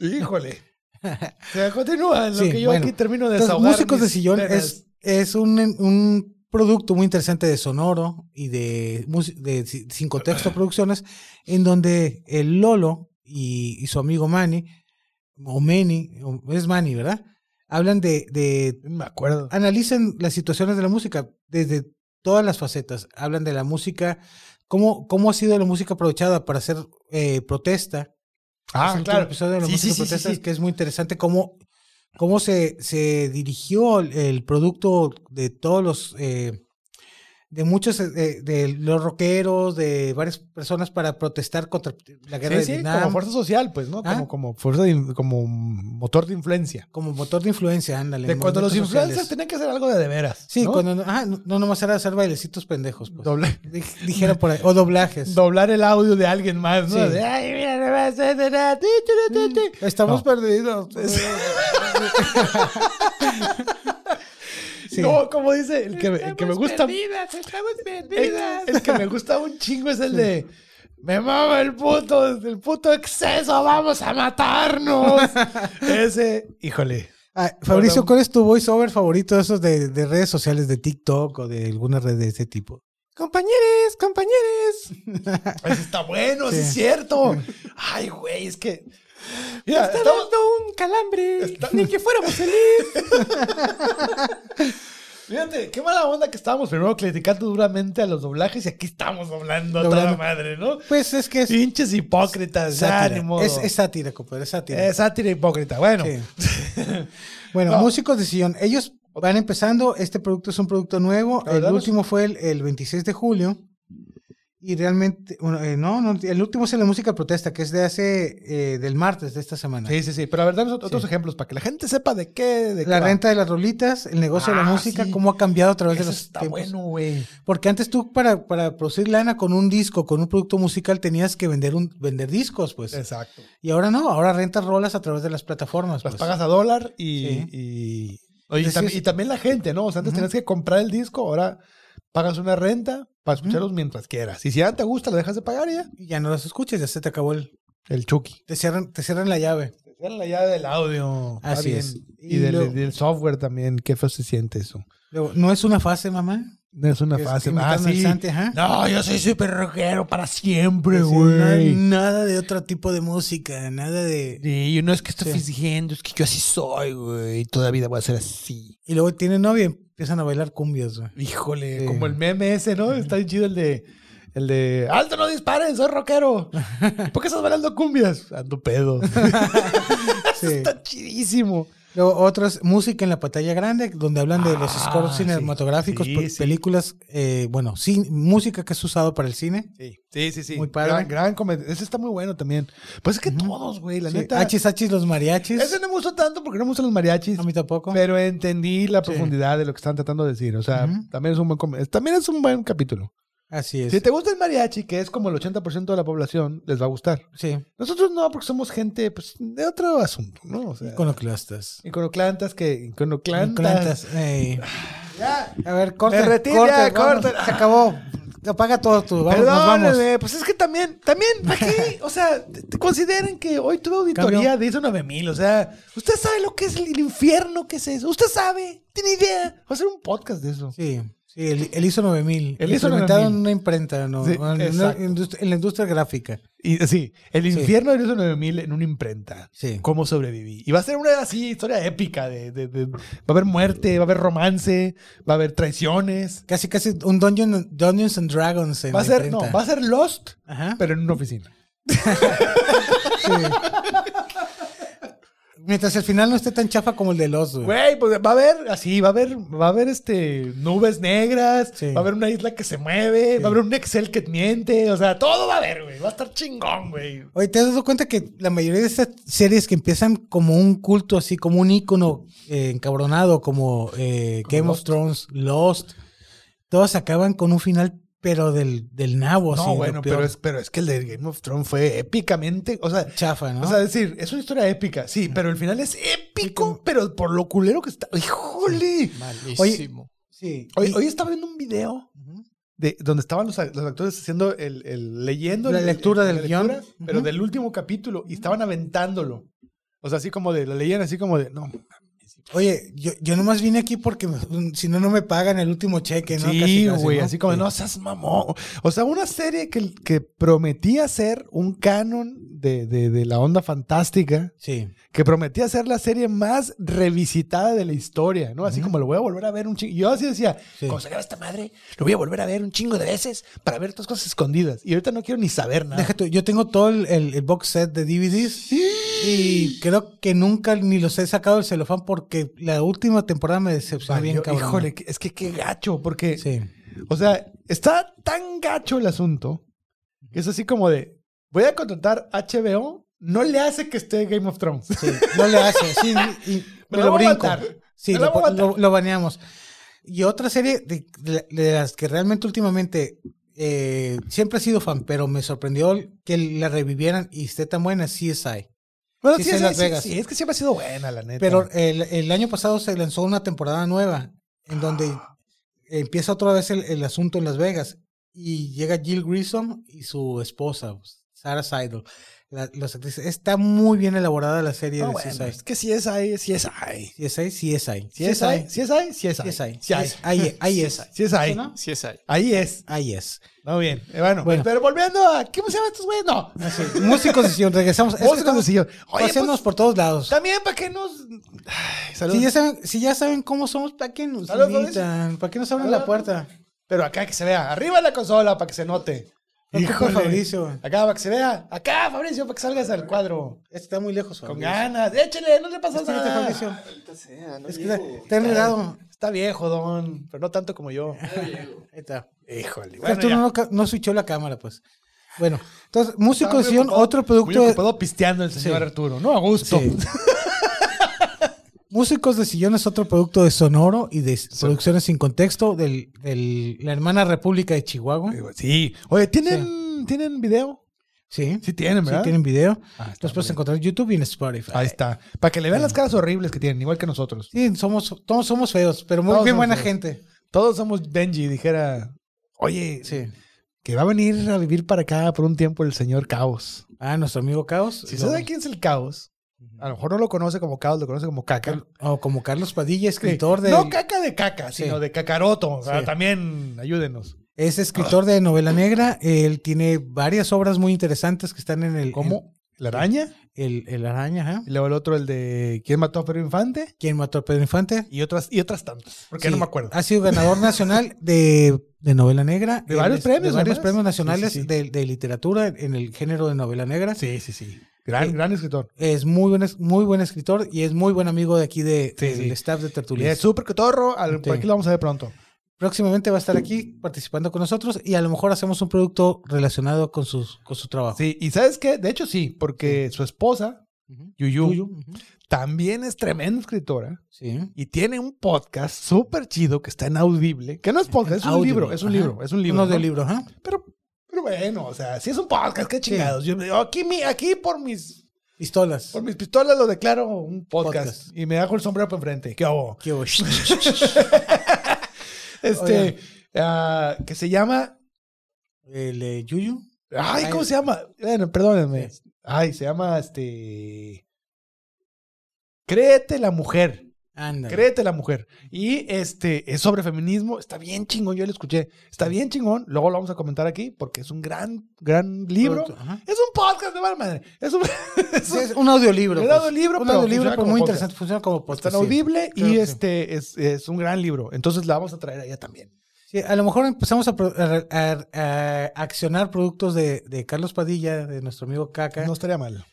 Speaker 2: Híjole. O sea, continúa, en lo
Speaker 4: Sí,
Speaker 2: que yo
Speaker 4: bueno.
Speaker 2: aquí termino de
Speaker 4: Entonces,
Speaker 2: desahogar.
Speaker 4: músicos de
Speaker 2: mis
Speaker 4: sillón
Speaker 2: penas.
Speaker 4: es, es un, un producto muy interesante de Sonoro y de, mus- de Si- Sin
Speaker 2: [clears throat]
Speaker 4: Contexto Producciones, en donde el Lolo y, y su amigo Manny, o Manny, o- es Manny, ¿verdad? Hablan de, de
Speaker 2: Me acuerdo.
Speaker 4: analizan las situaciones de la música desde todas las facetas. Hablan de la música, cómo, cómo ha sido la música aprovechada para hacer eh, protesta. Es
Speaker 2: Ah,
Speaker 4: un
Speaker 2: claro.
Speaker 4: Pues episodio de la
Speaker 2: Sí,
Speaker 4: música
Speaker 2: sí, sí,
Speaker 4: protesta
Speaker 2: sí, sí.
Speaker 4: que es muy interesante cómo, cómo se, se dirigió el, el producto de todos los... eh, de muchos, eh, de, de los rockeros, de varias personas para protestar contra la guerra
Speaker 2: Sí,
Speaker 4: de
Speaker 2: sí,
Speaker 4: Vietnam.
Speaker 2: como fuerza social, pues, ¿no?
Speaker 4: Ah.
Speaker 2: Como, como fuerza, de in- como motor de influencia.
Speaker 4: como motor de influencia, ándale.
Speaker 2: De cuando los
Speaker 4: movimientos sociales.
Speaker 2: influencers tenían que hacer algo de de veras.
Speaker 4: Sí,
Speaker 2: ¿no?
Speaker 4: cuando... ajá, no, no nomás era hacer bailecitos pendejos, pues.
Speaker 2: Dobla-
Speaker 4: Dij- Dijera por ahí. O doblajes.
Speaker 2: doblar el audio de alguien más, ¿no?
Speaker 4: Sí. Mm.
Speaker 2: De, "Ay, mira, no vas a hacer nada, ti, ti, ti, ti, ti".
Speaker 4: Estamos
Speaker 2: No.
Speaker 4: perdidos. Sí.
Speaker 2: No, como dice, el que, me- el que me gusta. El, el que me gusta un chingo es el de. Me mama el puto, el puto exceso, vamos
Speaker 4: [laughs]
Speaker 2: a matarnos. Ese, híjole.
Speaker 4: Ah, Fabricio,
Speaker 2: Hola.
Speaker 4: ¿cuál es tu voiceover favorito de esos de, de redes sociales, de TikTok o de alguna red de este tipo? Compañeros, compañeros.
Speaker 2: Ese está bueno, sí,
Speaker 4: Sí.
Speaker 2: es cierto. Ay, güey, es que. Mira, estamos-
Speaker 4: un calambre.
Speaker 2: Está-
Speaker 4: Ni que fuéramos felices.
Speaker 2: [laughs] Fíjate, qué mala onda que estábamos primero criticando duramente a los doblajes y aquí estamos doblando a toda
Speaker 4: Doblando.
Speaker 2: madre, ¿no?
Speaker 4: Pues es [laughs] que es
Speaker 2: Pinches hipócritas, ya, ni
Speaker 4: sátira.
Speaker 2: modo.
Speaker 4: Es, es sátira, compadre, es sátira.
Speaker 2: Eh, sátira hipócrita, bueno.
Speaker 4: Sí. bueno,
Speaker 2: No.
Speaker 4: músicos de sillón, ellos van empezando, este producto es un producto nuevo,
Speaker 2: La
Speaker 4: el
Speaker 2: verdad no
Speaker 4: último fue el, el 26 de julio y realmente, bueno, eh, no, no, el último es el de música protesta, que es de hace, eh, del martes de esta semana.
Speaker 2: Sí, sí, sí. Pero a ver, dame ot- otros ejemplos para que la gente sepa de qué. De qué
Speaker 4: La
Speaker 2: va.
Speaker 4: renta de las rolitas, el negocio de
Speaker 2: Ah,
Speaker 4: la música,
Speaker 2: sí.
Speaker 4: cómo ha cambiado a través
Speaker 2: Eso
Speaker 4: de los
Speaker 2: está
Speaker 4: tiempos.
Speaker 2: bueno, güey.
Speaker 4: Porque antes tú para, para producir lana con un disco, con un producto musical, tenías que vender un, vender discos, pues.
Speaker 2: Exacto.
Speaker 4: Y ahora no, ahora rentas rolas a través de las plataformas.
Speaker 2: Las
Speaker 4: pues.
Speaker 2: pagas a dólar y.
Speaker 4: Sí.
Speaker 2: y- Oye, y,
Speaker 4: Entonces,
Speaker 2: tam-
Speaker 4: sí,
Speaker 2: y también la gente, ¿no? O sea, antes
Speaker 4: Ujú.
Speaker 2: tenías que comprar el disco, ahora pagas una renta para escucharlos mientras quieras. Y si ya te gusta, lo dejas de pagar y ya.
Speaker 4: Y ya no las escuchas, ya se te acabó el,
Speaker 2: El Chucky.
Speaker 4: Te cierran, te cierran la llave.
Speaker 2: Era la llave del audio. Está
Speaker 4: Así
Speaker 2: bien.
Speaker 4: es. Y
Speaker 2: Y, del,
Speaker 4: luego-
Speaker 2: del software también. Qué feo se siente eso.
Speaker 4: Luego, no es una fase, mamá.
Speaker 2: No es una
Speaker 4: Es
Speaker 2: fase.
Speaker 4: imitar
Speaker 2: Ah,
Speaker 4: al
Speaker 2: sí.
Speaker 4: Santi, ajá.
Speaker 2: No, yo soy súper rockero para siempre,
Speaker 4: Es decir, no hay
Speaker 2: güey.
Speaker 4: nada de otro tipo de música, nada de.
Speaker 2: Sí, yo no es que estoy
Speaker 4: Sí.
Speaker 2: fingiendo, es que yo así soy, güey. Toda vida voy a ser así.
Speaker 4: Y luego tiene novia y empiezan a bailar cumbias, güey.
Speaker 2: Híjole,
Speaker 4: Sí.
Speaker 2: como el meme ese, ¿no? Está bien chido el de. El de. ¡Alto, no disparen! ¡Soy [laughs] rockero! ¿Por qué estás bailando cumbias? Ando pedo.
Speaker 4: Sí.
Speaker 2: [laughs] [laughs] Está chidísimo.
Speaker 4: Luego otro es música en la pantalla grande, donde hablan de los
Speaker 2: Ah,
Speaker 4: scores
Speaker 2: sí.
Speaker 4: cinematográficos,
Speaker 2: Sí,
Speaker 4: pe-
Speaker 2: sí.
Speaker 4: películas, eh, bueno, sí, música que es usado para el cine.
Speaker 2: Sí, sí, sí.
Speaker 4: Muy padre.
Speaker 2: Gran, gran comedia. Ese está muy bueno también. Pues es que todos, güey, la
Speaker 4: Sí,
Speaker 2: neta.
Speaker 4: Hachis, hachis, los mariachis.
Speaker 2: Ese no me gustó tanto porque no me gustan los mariachis.
Speaker 4: A mí tampoco.
Speaker 2: Pero entendí la
Speaker 4: Sí.
Speaker 2: profundidad de lo que están tratando de decir. O sea,
Speaker 4: Ujú.
Speaker 2: también, es un buen, com- también es un buen capítulo.
Speaker 4: Así es.
Speaker 2: Si te gusta el mariachi, que es como el 80% de la población, les va a gustar.
Speaker 4: Sí,
Speaker 2: Nosotros no, porque somos gente pues, de otro asunto, ¿no? O sea,
Speaker 4: iconoclastas.
Speaker 2: iconoclantas que... Iconoclantas.
Speaker 4: Iconoclastas, ey. A ver, corta,
Speaker 2: Me retiro, ya, corten. Ah,
Speaker 4: Se acabó. Apaga todo tu. [laughs] Vamos, nos vamos.
Speaker 2: Perdónenme, pues es que también,
Speaker 4: [laughs]
Speaker 2: también, ¿para qué? O sea, te- te consideren que hoy tuve auditoría
Speaker 4: Cambio.
Speaker 2: de ISO 9000, o sea, usted sabe lo que es el infierno, qué es eso, usted sabe, tiene idea, va a hacer un podcast de eso.
Speaker 4: Sí, Sí, él, él hizo 9000.
Speaker 2: Él
Speaker 4: Él
Speaker 2: hizo
Speaker 4: hizo en
Speaker 2: 9000.
Speaker 4: una imprenta, ¿no?
Speaker 2: Sí,
Speaker 4: En una
Speaker 2: exacto.
Speaker 4: indust- en la industria gráfica.
Speaker 2: Y sí, el
Speaker 4: Sí.
Speaker 2: infierno de los 9000 en una imprenta.
Speaker 4: Sí.
Speaker 2: Cómo sobreviví. Y va a ser una así historia épica de, de- de- va a haber muerte, va a haber romance, va a haber traiciones.
Speaker 4: Casi, casi un Dungeon, Dungeons and Dragons. En
Speaker 2: Va a
Speaker 4: la
Speaker 2: ser, no,
Speaker 4: imprenta.
Speaker 2: va a ser Lost,
Speaker 4: Ajá.
Speaker 2: pero en una oficina.
Speaker 4: Mientras el final no esté tan chafa como el de los, güey.
Speaker 2: Güey, pues va a haber así, va a haber, va a haber este nubes negras,
Speaker 4: Sí.
Speaker 2: va a haber una isla que se mueve,
Speaker 4: Sí.
Speaker 2: va a haber un Excel que miente, o sea, todo va a haber, güey. Va a estar chingón, güey.
Speaker 4: Oye, ¿te has dado cuenta que la mayoría de estas series que empiezan como un culto, así como un ícono eh, encabronado, como, eh, Game of Thrones, Lost, todas acaban con un final, pero del, del nabo, así. Pues
Speaker 2: No,
Speaker 4: lo
Speaker 2: bueno,
Speaker 4: peor.
Speaker 2: pero es, pero es que el de Game of Thrones fue épicamente, o sea,
Speaker 4: chafa, ¿no?
Speaker 2: o sea, decir, es una historia épica, sí, pero el final es épico, pero por lo culero que está. ¡Híjole!
Speaker 3: Malísimo.
Speaker 4: sí.
Speaker 2: Hoy,
Speaker 4: Y-
Speaker 2: hoy estaba viendo un video
Speaker 4: Ujú.
Speaker 2: de donde estaban los, los actores haciendo el, el- leyendo
Speaker 4: La
Speaker 2: el-
Speaker 4: lectura
Speaker 2: el-
Speaker 4: del
Speaker 2: la lectura,
Speaker 4: guión.
Speaker 2: pero
Speaker 4: Ujú.
Speaker 2: del último capítulo y estaban aventándolo. O sea, así como de, lo leían así como de, no,
Speaker 4: Oye, yo, yo nomás vine aquí porque mm, si no, no me pagan el último cheque, ¿no?
Speaker 2: Sí,
Speaker 4: Casi, casi,
Speaker 2: güey,
Speaker 4: ¿no?
Speaker 2: así como,
Speaker 4: Sí.
Speaker 2: no seas mamón. O sea, una serie que, que prometía ser un canon de, de- de la onda fantástica,
Speaker 4: Sí.
Speaker 2: que prometía ser la serie más revisitada de la historia, ¿no? Así como lo voy a volver a ver un chingo. Yo así decía,
Speaker 4: Sí.
Speaker 2: cuando se acabe esta madre, lo voy a volver a ver un chingo de veces para ver otras cosas escondidas. Y ahorita no quiero ni saber nada.
Speaker 4: Deja tú, yo tengo todo el, el- el box set de DVDs y creo que nunca ni los he sacado del celofán porque la última temporada me decepcionó
Speaker 2: Valió-
Speaker 4: bien, cabrón.
Speaker 2: híjole, que- es que qué gacho, porque,
Speaker 4: Sí.
Speaker 2: o sea, está tan gacho el asunto que es así como de, voy a contratar HBO. No le hace que esté Game of Thrones.
Speaker 4: Sí, no le hace. Sí, y- y
Speaker 2: [laughs]
Speaker 4: me,
Speaker 2: Me la
Speaker 4: lo
Speaker 2: voy a
Speaker 4: brinco.
Speaker 2: aguantar.
Speaker 4: Sí,
Speaker 2: Me la
Speaker 4: lo,
Speaker 2: voy a
Speaker 4: po- lo- lo baneamos. Y otra serie de, de- de las que realmente últimamente eh, siempre he sido fan, pero me sorprendió que la revivieran y esté tan buena, CSI.
Speaker 2: [laughs] Bueno, sí,
Speaker 4: Sí,
Speaker 2: sí,
Speaker 4: está en Las
Speaker 2: sí,
Speaker 4: Vegas.
Speaker 2: sí, es que siempre ha sido buena, la neta.
Speaker 4: Pero el, el año pasado se lanzó una temporada nueva en donde
Speaker 2: Ah.
Speaker 4: empieza otra vez el, el asunto en Las Vegas y llega Jill Grissom y su esposa, pues, Sarah Seidel. La- las actrices. Está muy bien elaborada la serie
Speaker 2: No,
Speaker 4: de
Speaker 2: Ah, bueno,
Speaker 4: CSI.
Speaker 2: es que sí es ahí, sí es ahí.
Speaker 4: CSI, CSI.
Speaker 2: Sí es ahí, sí es ahí, sí es ahí.
Speaker 4: CSI.
Speaker 2: Sí hay. [laughs]
Speaker 4: Ahí, ahí es.
Speaker 2: Sí es ahí.
Speaker 4: ¿No?
Speaker 3: Sí es ahí.
Speaker 2: Ahí es.
Speaker 4: Ahí es.
Speaker 2: No, bien. Eh, bueno,
Speaker 4: Bueno.
Speaker 2: pero volviendo a. ¿Cómo se llaman estos güeyes? No.
Speaker 4: Así, Músicos de Sion, regresamos. Es que
Speaker 2: Vos
Speaker 4: estamos
Speaker 2: Oye,
Speaker 4: paseándonos
Speaker 2: pues,
Speaker 4: por todos lados.
Speaker 2: también para que nos. Ay, saludos.
Speaker 4: Si ya, saben, si ya saben cómo somos, ¿para qué nos
Speaker 2: Saludos,
Speaker 4: invitan? ¿Para qué nos abren
Speaker 2: Saludos.
Speaker 4: la puerta?
Speaker 2: Pero acá que se vea. Arriba la consola para que se note.
Speaker 4: No ocupa
Speaker 2: Híjole.
Speaker 4: Fabricio.
Speaker 2: Acá para que se vea. Acá, Fabricio, para que salgas al cuadro.
Speaker 4: Este Está muy lejos,
Speaker 2: Con
Speaker 4: Fabricio.
Speaker 2: ganas. Échele, no le pasas
Speaker 4: Fíjate,
Speaker 2: nada.
Speaker 4: Fabricio. Es que está, está enredado.
Speaker 2: Está viejo, don. Pero no tanto como yo.
Speaker 4: Ahí está.
Speaker 2: Híjole.
Speaker 4: Bueno,
Speaker 2: ya.
Speaker 4: no, ca- no switchó la cámara, pues. Bueno, entonces, Músico
Speaker 2: Está
Speaker 4: de
Speaker 2: muy
Speaker 4: Sion,
Speaker 2: ocupado-
Speaker 4: otro
Speaker 2: Muy
Speaker 4: producto. de-
Speaker 2: ocupado pisteando el señor
Speaker 4: Sí.
Speaker 2: Arturo, ¿no? A gusto. [laughs]
Speaker 4: Sí. Músicos de Sillón es otro producto de Sonoro y de Producciones sin Contexto del, del- la hermana República de Chihuahua.
Speaker 2: Sí. Oye, ¿tienen, ¿tienen video?
Speaker 4: Sí,
Speaker 2: Sí tienen,
Speaker 4: sí,
Speaker 2: ¿verdad?
Speaker 4: tienen video.
Speaker 2: Ah, está
Speaker 4: Los puedes
Speaker 2: muy bien.
Speaker 4: encontrar en YouTube y en Spotify.
Speaker 2: Ahí está. Para que le vean las caras horribles que tienen, igual que nosotros.
Speaker 4: Sí, somos, todos somos feos, pero muy
Speaker 2: Todos
Speaker 4: bien
Speaker 2: somos
Speaker 4: buena
Speaker 2: feos.
Speaker 4: gente.
Speaker 2: Todos somos Benji, dijera. Oye,
Speaker 4: Sí.
Speaker 2: que va a venir a vivir para acá por un tiempo el señor Caos.
Speaker 4: Ah, nuestro amigo Caos.
Speaker 2: Si
Speaker 4: lo-
Speaker 2: sabe quién es el Caos, a lo mejor no lo conoce como Caos, lo conoce como Caca.
Speaker 4: o como Carlos Padilla,
Speaker 2: Sí.
Speaker 4: escritor de.
Speaker 2: No caca de caca,
Speaker 4: Sí.
Speaker 2: sino de cacaroto. O sea,
Speaker 4: Sí.
Speaker 2: también ayúdenos.
Speaker 4: Es escritor de novela negra. Él tiene varias obras muy interesantes que están en el.
Speaker 2: ¿Cómo? ¿La araña?
Speaker 4: en- el, el araña, ajá.
Speaker 2: Y luego el otro, el de ¿Quién mató a Pedro Infante?
Speaker 4: ¿Quién mató a Pedro Infante?
Speaker 2: Y otras, y otras tantas, porque
Speaker 4: Sí,
Speaker 2: no
Speaker 4: Ah,
Speaker 2: me acuerdo.
Speaker 4: Ha sido ganador nacional de, de novela negra.
Speaker 2: De
Speaker 4: Él
Speaker 2: varios
Speaker 4: es-
Speaker 2: premios,
Speaker 4: De varios
Speaker 2: además.
Speaker 4: premios
Speaker 2: Sí, sí,
Speaker 4: nacionales
Speaker 2: sí.
Speaker 4: De, de literatura en el género de novela negra.
Speaker 2: Sí, sí, sí. Gran,
Speaker 4: Sí.
Speaker 2: gran escritor.
Speaker 4: Es muy buen, es- muy buen escritor y es muy buen amigo de aquí de,
Speaker 2: Sí,
Speaker 4: del
Speaker 2: sí.
Speaker 4: staff de
Speaker 2: Y es
Speaker 4: Tertulias.
Speaker 2: súper cotorro. Al, Por
Speaker 4: Sí.
Speaker 2: aquí lo vamos a ver pronto.
Speaker 4: Próximamente va a estar aquí participando con nosotros y a lo mejor hacemos un producto relacionado con, sus, con su trabajo.
Speaker 2: Sí, y ¿sabes qué? De hecho, sí, porque su esposa,
Speaker 4: Ujú.
Speaker 2: Yuyu,
Speaker 4: Yuyu, ujú.
Speaker 2: también es tremenda escritora
Speaker 4: Sí.
Speaker 2: y tiene un podcast súper chido que está en Audible, que no es podcast, es un
Speaker 4: Audible,
Speaker 2: libro, es un
Speaker 4: ajá.
Speaker 2: libro, es un libro.
Speaker 4: Uno de
Speaker 2: ¿no?
Speaker 4: libros, ajá.
Speaker 2: Pero, pero bueno, o sea, si es un podcast, qué chingados. Yo- Yo, aquí, mi- aquí por mis...
Speaker 4: Pistolas.
Speaker 2: Por mis pistolas lo declaro un podcast,
Speaker 4: Podcast.
Speaker 2: y me dejo el sombrero por enfrente.
Speaker 4: [laughs]
Speaker 2: ¿Qué hago?
Speaker 4: Qué bueno.
Speaker 2: Este, ah, que se llama
Speaker 4: El eh, Yuyu.
Speaker 2: Ay, ¿cómo
Speaker 4: Ay.
Speaker 2: se llama? Bueno, perdónenme. Ay, se llama este. Créete la mujer.
Speaker 4: Ándale.
Speaker 2: Créete la mujer. Y este es sobre feminismo. Está bien chingón, yo lo escuché. Está bien chingón. Luego lo vamos a comentar aquí porque es un gran, gran libro.
Speaker 4: Ajá.
Speaker 2: Es un podcast de mala madre. Es un, [laughs] es
Speaker 4: Sí,
Speaker 2: un-
Speaker 4: es un audiolibro.
Speaker 2: Un
Speaker 4: pues.
Speaker 2: audiolibro,
Speaker 4: un
Speaker 2: pero
Speaker 4: audiolibro,
Speaker 2: funciona
Speaker 4: pero
Speaker 2: como
Speaker 4: muy
Speaker 2: podcast.
Speaker 4: interesante. Funciona como
Speaker 2: está
Speaker 4: podcast.
Speaker 2: en
Speaker 4: sí.
Speaker 2: audible
Speaker 4: Claro
Speaker 2: y
Speaker 4: que sí.
Speaker 2: este es, es un gran libro. Entonces la vamos a traer allá también.
Speaker 4: Sí, a lo mejor empezamos a, pro- a- a- a accionar productos de, de Carlos Padilla, de nuestro amigo Caca,
Speaker 2: No estaría mal.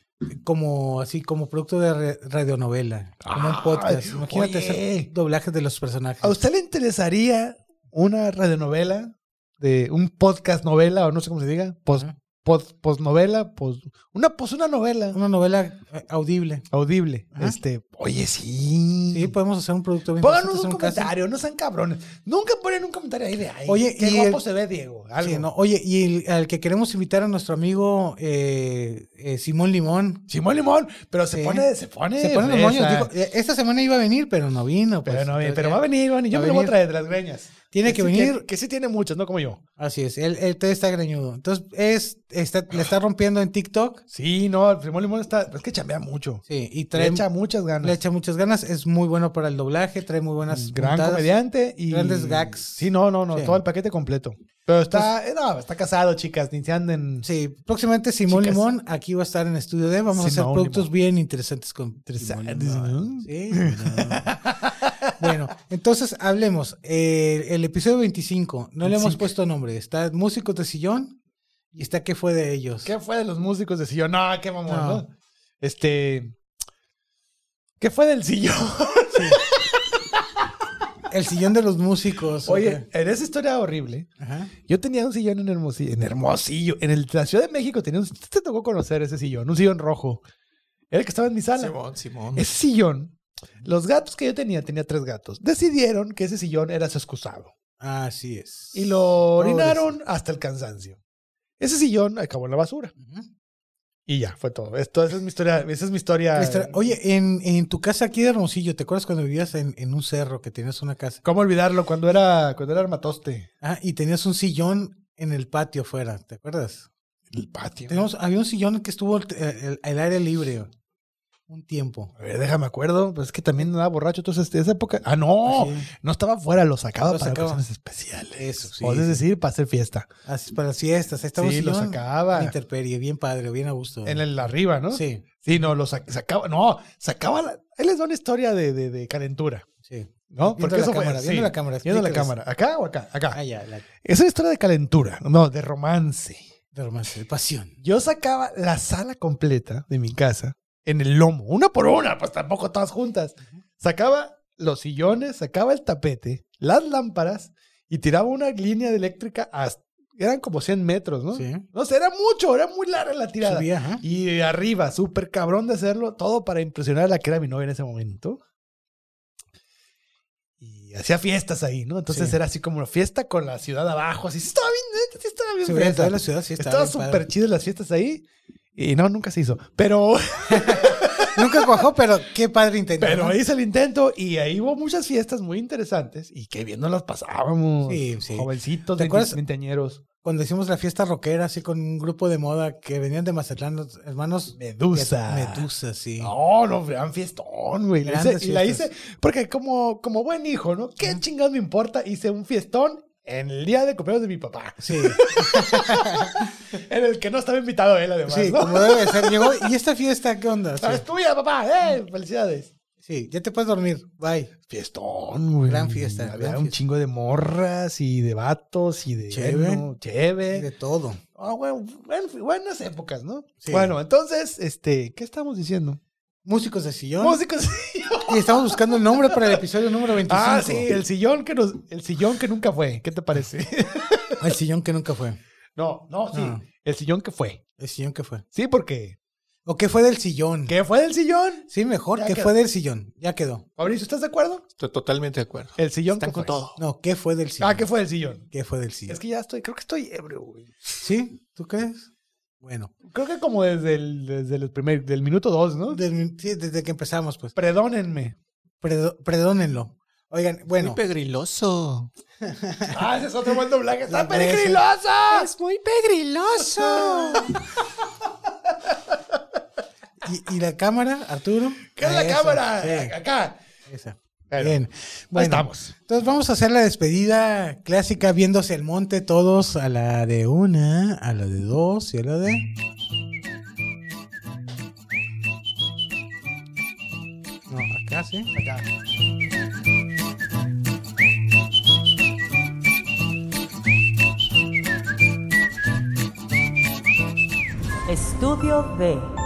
Speaker 4: como así, como producto de re- radionovela, como un podcast.
Speaker 2: Ay,
Speaker 4: Imagínate
Speaker 2: oye.
Speaker 4: hacer doblajes de los personajes.
Speaker 2: ¿A usted le interesaría una radionovela de un podcast novela o no sé cómo se diga? Post,
Speaker 4: Ajá.
Speaker 2: post, postnovela, post- una, pues una novela
Speaker 4: Una novela eh, audible.
Speaker 2: audible.
Speaker 4: Ajá.
Speaker 2: Este, oye, sí.
Speaker 4: Sí, podemos hacer un producto bien
Speaker 2: Póganos
Speaker 4: interesante, hacer
Speaker 2: un
Speaker 4: un caso.
Speaker 2: comentario, no sean cabrones. Nunca ponen un comentario ahí de ay,
Speaker 4: Oye,
Speaker 2: qué
Speaker 4: y
Speaker 2: guapo
Speaker 4: el-
Speaker 2: se ve Diego. Algo.
Speaker 4: Sí, no, Oye, y el- al que queremos invitar a nuestro amigo eh, eh, Simón Limón.
Speaker 2: Simón Limón, pero se
Speaker 4: Sí.
Speaker 2: pone, se pone.
Speaker 4: Se ponen los
Speaker 2: fresa.
Speaker 4: moños. dijo, eh, esta semana iba a venir, pero no vino. pues.
Speaker 2: pues, pero, no,
Speaker 4: Entonces,
Speaker 2: pero
Speaker 4: ya.
Speaker 2: va a venir, va a venir. Yo
Speaker 4: Va
Speaker 2: me
Speaker 4: a
Speaker 2: lo voy a
Speaker 4: venir.
Speaker 2: traer de las greñas.
Speaker 4: Tiene que
Speaker 2: Sí,
Speaker 4: venir.
Speaker 2: Que, sí tiene muchas, no como yo.
Speaker 4: Así es, él, él todavía está greñudo. Entonces, es, está, le está rompiendo en TikTok.
Speaker 2: Sí, no, Simón Limón está. Es que chambea mucho.
Speaker 4: Sí, y
Speaker 2: Le
Speaker 4: trae,
Speaker 2: echa muchas ganas. Mm,
Speaker 4: le echa muchas ganas. Es muy bueno para el doblaje, trae muy buenas.
Speaker 2: gran
Speaker 4: puntadas.
Speaker 2: comediante y
Speaker 4: grandes gags.
Speaker 2: Sí, no, no, no,
Speaker 4: Sí. Pues
Speaker 2: todo el paquete completo. Pero está, eh, no, está casado, chicas, ni se anden.
Speaker 4: Sí, próximamente Simón
Speaker 2: Chicas.
Speaker 4: Limón aquí va a estar en Estudio D. Vamos a
Speaker 2: Simón
Speaker 4: hacer productos bien interesantes con
Speaker 2: Interesantes,
Speaker 4: Simón Limón.
Speaker 2: ¿no?
Speaker 4: Sí, bueno. bueno, entonces hablemos. Eh, el episodio 25, no le hemos
Speaker 2: 25.
Speaker 4: puesto nombre. Está Músicos de Sillón y está ¿Qué fue de ellos?
Speaker 2: ¿Qué fue de los músicos de sillón? No, qué mamón,
Speaker 4: No.
Speaker 2: ¿no? Este ¿Qué fue del sillón?
Speaker 4: El sillón de los músicos.
Speaker 2: Oye, en esa historia horrible,
Speaker 4: Ajá.
Speaker 2: yo tenía un sillón en Hermosillo, en Hermosillo, en el- la Ciudad de México tenía un te tocó conocer ese sillón, un sillón rojo. Era el que estaba en mi sala.
Speaker 3: Simón, Simón.
Speaker 2: Ese sillón, los gatos que yo tenía, tenía tres gatos, decidieron que ese sillón era su excusado.
Speaker 4: Así es.
Speaker 2: Y lo orinaron hasta el cansancio. Ese sillón acabó en la basura.
Speaker 4: Ujú.
Speaker 2: Y ya, fue todo. Esto, esa es mi historia. Esa es mi historia.
Speaker 4: Estra- Oye, en, en tu casa aquí de Hermosillo, ¿te acuerdas cuando vivías en, en un cerro que tenías una casa?
Speaker 2: ¿Cómo olvidarlo? Cuando era, cuando era armatoste.
Speaker 4: Ah, y tenías un sillón en el patio afuera, ¿te acuerdas?
Speaker 2: El patio.
Speaker 4: Teníamos, había un sillón que estuvo al- al al aire libre un tiempo.
Speaker 2: A ver, déjame acuerdo. Pues es que también andaba borracho. Entonces, de esa época. Ah, no.
Speaker 4: Así,
Speaker 2: No estaba fuera, lo sacaba
Speaker 4: Lo
Speaker 2: para
Speaker 4: sacaba.
Speaker 2: ocasiones especiales.
Speaker 4: Eso, sí,
Speaker 2: O es
Speaker 4: sí.
Speaker 2: decir, para hacer fiesta.
Speaker 4: así para las fiestas, ahí estaba un
Speaker 2: pues, oh, sí, lo
Speaker 4: sillón
Speaker 2: sacaba.
Speaker 4: en Interperie, bien padre, bien a gusto.
Speaker 2: En el arriba, ¿no? Sí.
Speaker 4: Sí,
Speaker 2: no, lo sac- sacaba. No, sacaba. la- Él les da una historia de, de- de calentura.
Speaker 4: sí.
Speaker 2: ¿no?
Speaker 4: Viendo
Speaker 2: Porque
Speaker 4: la
Speaker 2: eso
Speaker 4: cámara,
Speaker 2: fue.
Speaker 4: viendo
Speaker 2: sí.
Speaker 4: la cámara,
Speaker 2: Viendo la
Speaker 4: explícales.
Speaker 2: cámara. ¿Acá o acá? Acá.
Speaker 4: Ah, ya, la,
Speaker 2: Es una historia de calentura, no, de romance.
Speaker 4: de romance, de pasión.
Speaker 2: Yo sacaba la sala completa de mi casa en el lomo, una por una, pues tampoco todas juntas. Sacaba los sillones, sacaba el tapete, las lámparas y tiraba una línea de eléctrica hasta... Eran como 100 metros, ¿no?
Speaker 4: Sí.
Speaker 2: No sé, era mucho, era muy larga la tirada.
Speaker 4: Subía, ajá.
Speaker 2: Y arriba, súper cabrón de hacerlo, todo para impresionar a la que era mi novia en ese momento. Y hacía fiestas ahí, ¿no? Entonces
Speaker 4: Sí.
Speaker 2: era así como una fiesta con la ciudad abajo, así estaba bien, neta, sí estaba bien.
Speaker 4: Se veía en
Speaker 2: fresa.
Speaker 4: toda la ciudad, sí, estaba
Speaker 2: estaba
Speaker 4: bien padre.
Speaker 2: súper chidas las fiestas ahí. Y no, nunca se hizo. Pero,
Speaker 4: Nunca cuajó, pero qué padre intento.
Speaker 2: [laughs] pero
Speaker 4: ¿no?
Speaker 2: hice el intento y ahí hubo muchas fiestas muy interesantes y que bien nos las pasábamos.
Speaker 4: Sí, sí.
Speaker 2: Jovencitos,
Speaker 4: ¿Te acuerdas?
Speaker 2: veinteañeros.
Speaker 4: cuando hicimos la fiesta rockera, así con un grupo de moda que venían de Mazatlán, los hermanos
Speaker 2: Medusa.
Speaker 4: Medusa, sí.
Speaker 2: No, no, gran fiestón, güey. La hice-
Speaker 4: Grandes
Speaker 2: Y la hice,
Speaker 4: fiestas.
Speaker 2: porque como, como buen hijo, ¿no? ¿Qué chingados me importa? Hice un fiestón en el día de cumpleaños de mi papá,
Speaker 4: Sí,
Speaker 2: [laughs] en el que no estaba invitado él, además,
Speaker 4: sí,
Speaker 2: ¿no?
Speaker 4: como debe de ser. Llegó, ¿y esta fiesta qué onda? Sí,
Speaker 2: Ah, Es tuya, papá, ¡eh! Felicidades.
Speaker 4: sí, ya te puedes dormir, bye.
Speaker 2: Fiestón, güey.
Speaker 4: Gran fiesta,
Speaker 2: Había
Speaker 4: gran
Speaker 2: un
Speaker 4: fiesta.
Speaker 2: chingo de morras y de vatos y de.
Speaker 4: Cheve.
Speaker 2: bueno, cheve.
Speaker 4: De todo.
Speaker 2: Ah, güey, buen- buenas épocas, ¿no?
Speaker 4: Sí.
Speaker 2: Bueno, entonces, este, ¿qué estamos diciendo?
Speaker 4: Músicos de sillón.
Speaker 2: Músicos.
Speaker 4: Y estamos buscando el nombre para el episodio número 25.
Speaker 2: Ah, sí, el sillón que nos, el sillón que nunca fue. ¿Qué te parece? [laughs]
Speaker 4: El sillón que nunca fue.
Speaker 2: No, no, sí.
Speaker 4: No.
Speaker 2: El sillón que fue.
Speaker 4: El sillón que fue.
Speaker 2: Sí, porque.
Speaker 4: ¿O qué fue del sillón?
Speaker 2: ¿Qué fue del sillón?
Speaker 4: Sí, mejor,
Speaker 2: Ya
Speaker 4: ¿qué
Speaker 2: quedó.
Speaker 4: fue del sillón? Ya quedó.
Speaker 2: Mauricio, ¿estás de acuerdo?
Speaker 3: Estoy totalmente de acuerdo.
Speaker 2: El sillón
Speaker 3: Están
Speaker 2: que
Speaker 3: con
Speaker 2: fue.
Speaker 3: todo.
Speaker 4: No, ¿qué fue del sillón?
Speaker 2: Ah, ¿qué fue del sillón?
Speaker 4: ¿Qué fue del sillón?
Speaker 2: Es que ya estoy, creo que estoy ebrio, güey.
Speaker 4: ¿Sí? ¿Tú crees? Bueno.
Speaker 2: Creo que como desde el, desde el primer, del minuto dos, ¿no?
Speaker 4: Del- sí, desde que empezamos, pues.
Speaker 2: Perdónenme.
Speaker 4: Predo- perdónenlo. Oigan, bueno.
Speaker 3: Muy pegriloso.
Speaker 2: [laughs] ah, ese es otro buen doblaje.
Speaker 3: [laughs]
Speaker 2: ¡Está
Speaker 4: La vez-
Speaker 2: peligrosa!
Speaker 3: Es muy pegriloso.
Speaker 4: [laughs] ¿Y, y la cámara, Arturo?
Speaker 2: ¿Qué es la
Speaker 4: Esa,
Speaker 2: cámara?
Speaker 4: sí,
Speaker 2: Acá.
Speaker 4: esa. Bien.
Speaker 2: Ahí
Speaker 4: Bueno,
Speaker 2: estamos.
Speaker 4: Entonces vamos a hacer la despedida clásica viéndose el monte todos a la de una, a la de dos y a la de... No, acá sí, acá.
Speaker 9: Estudio B.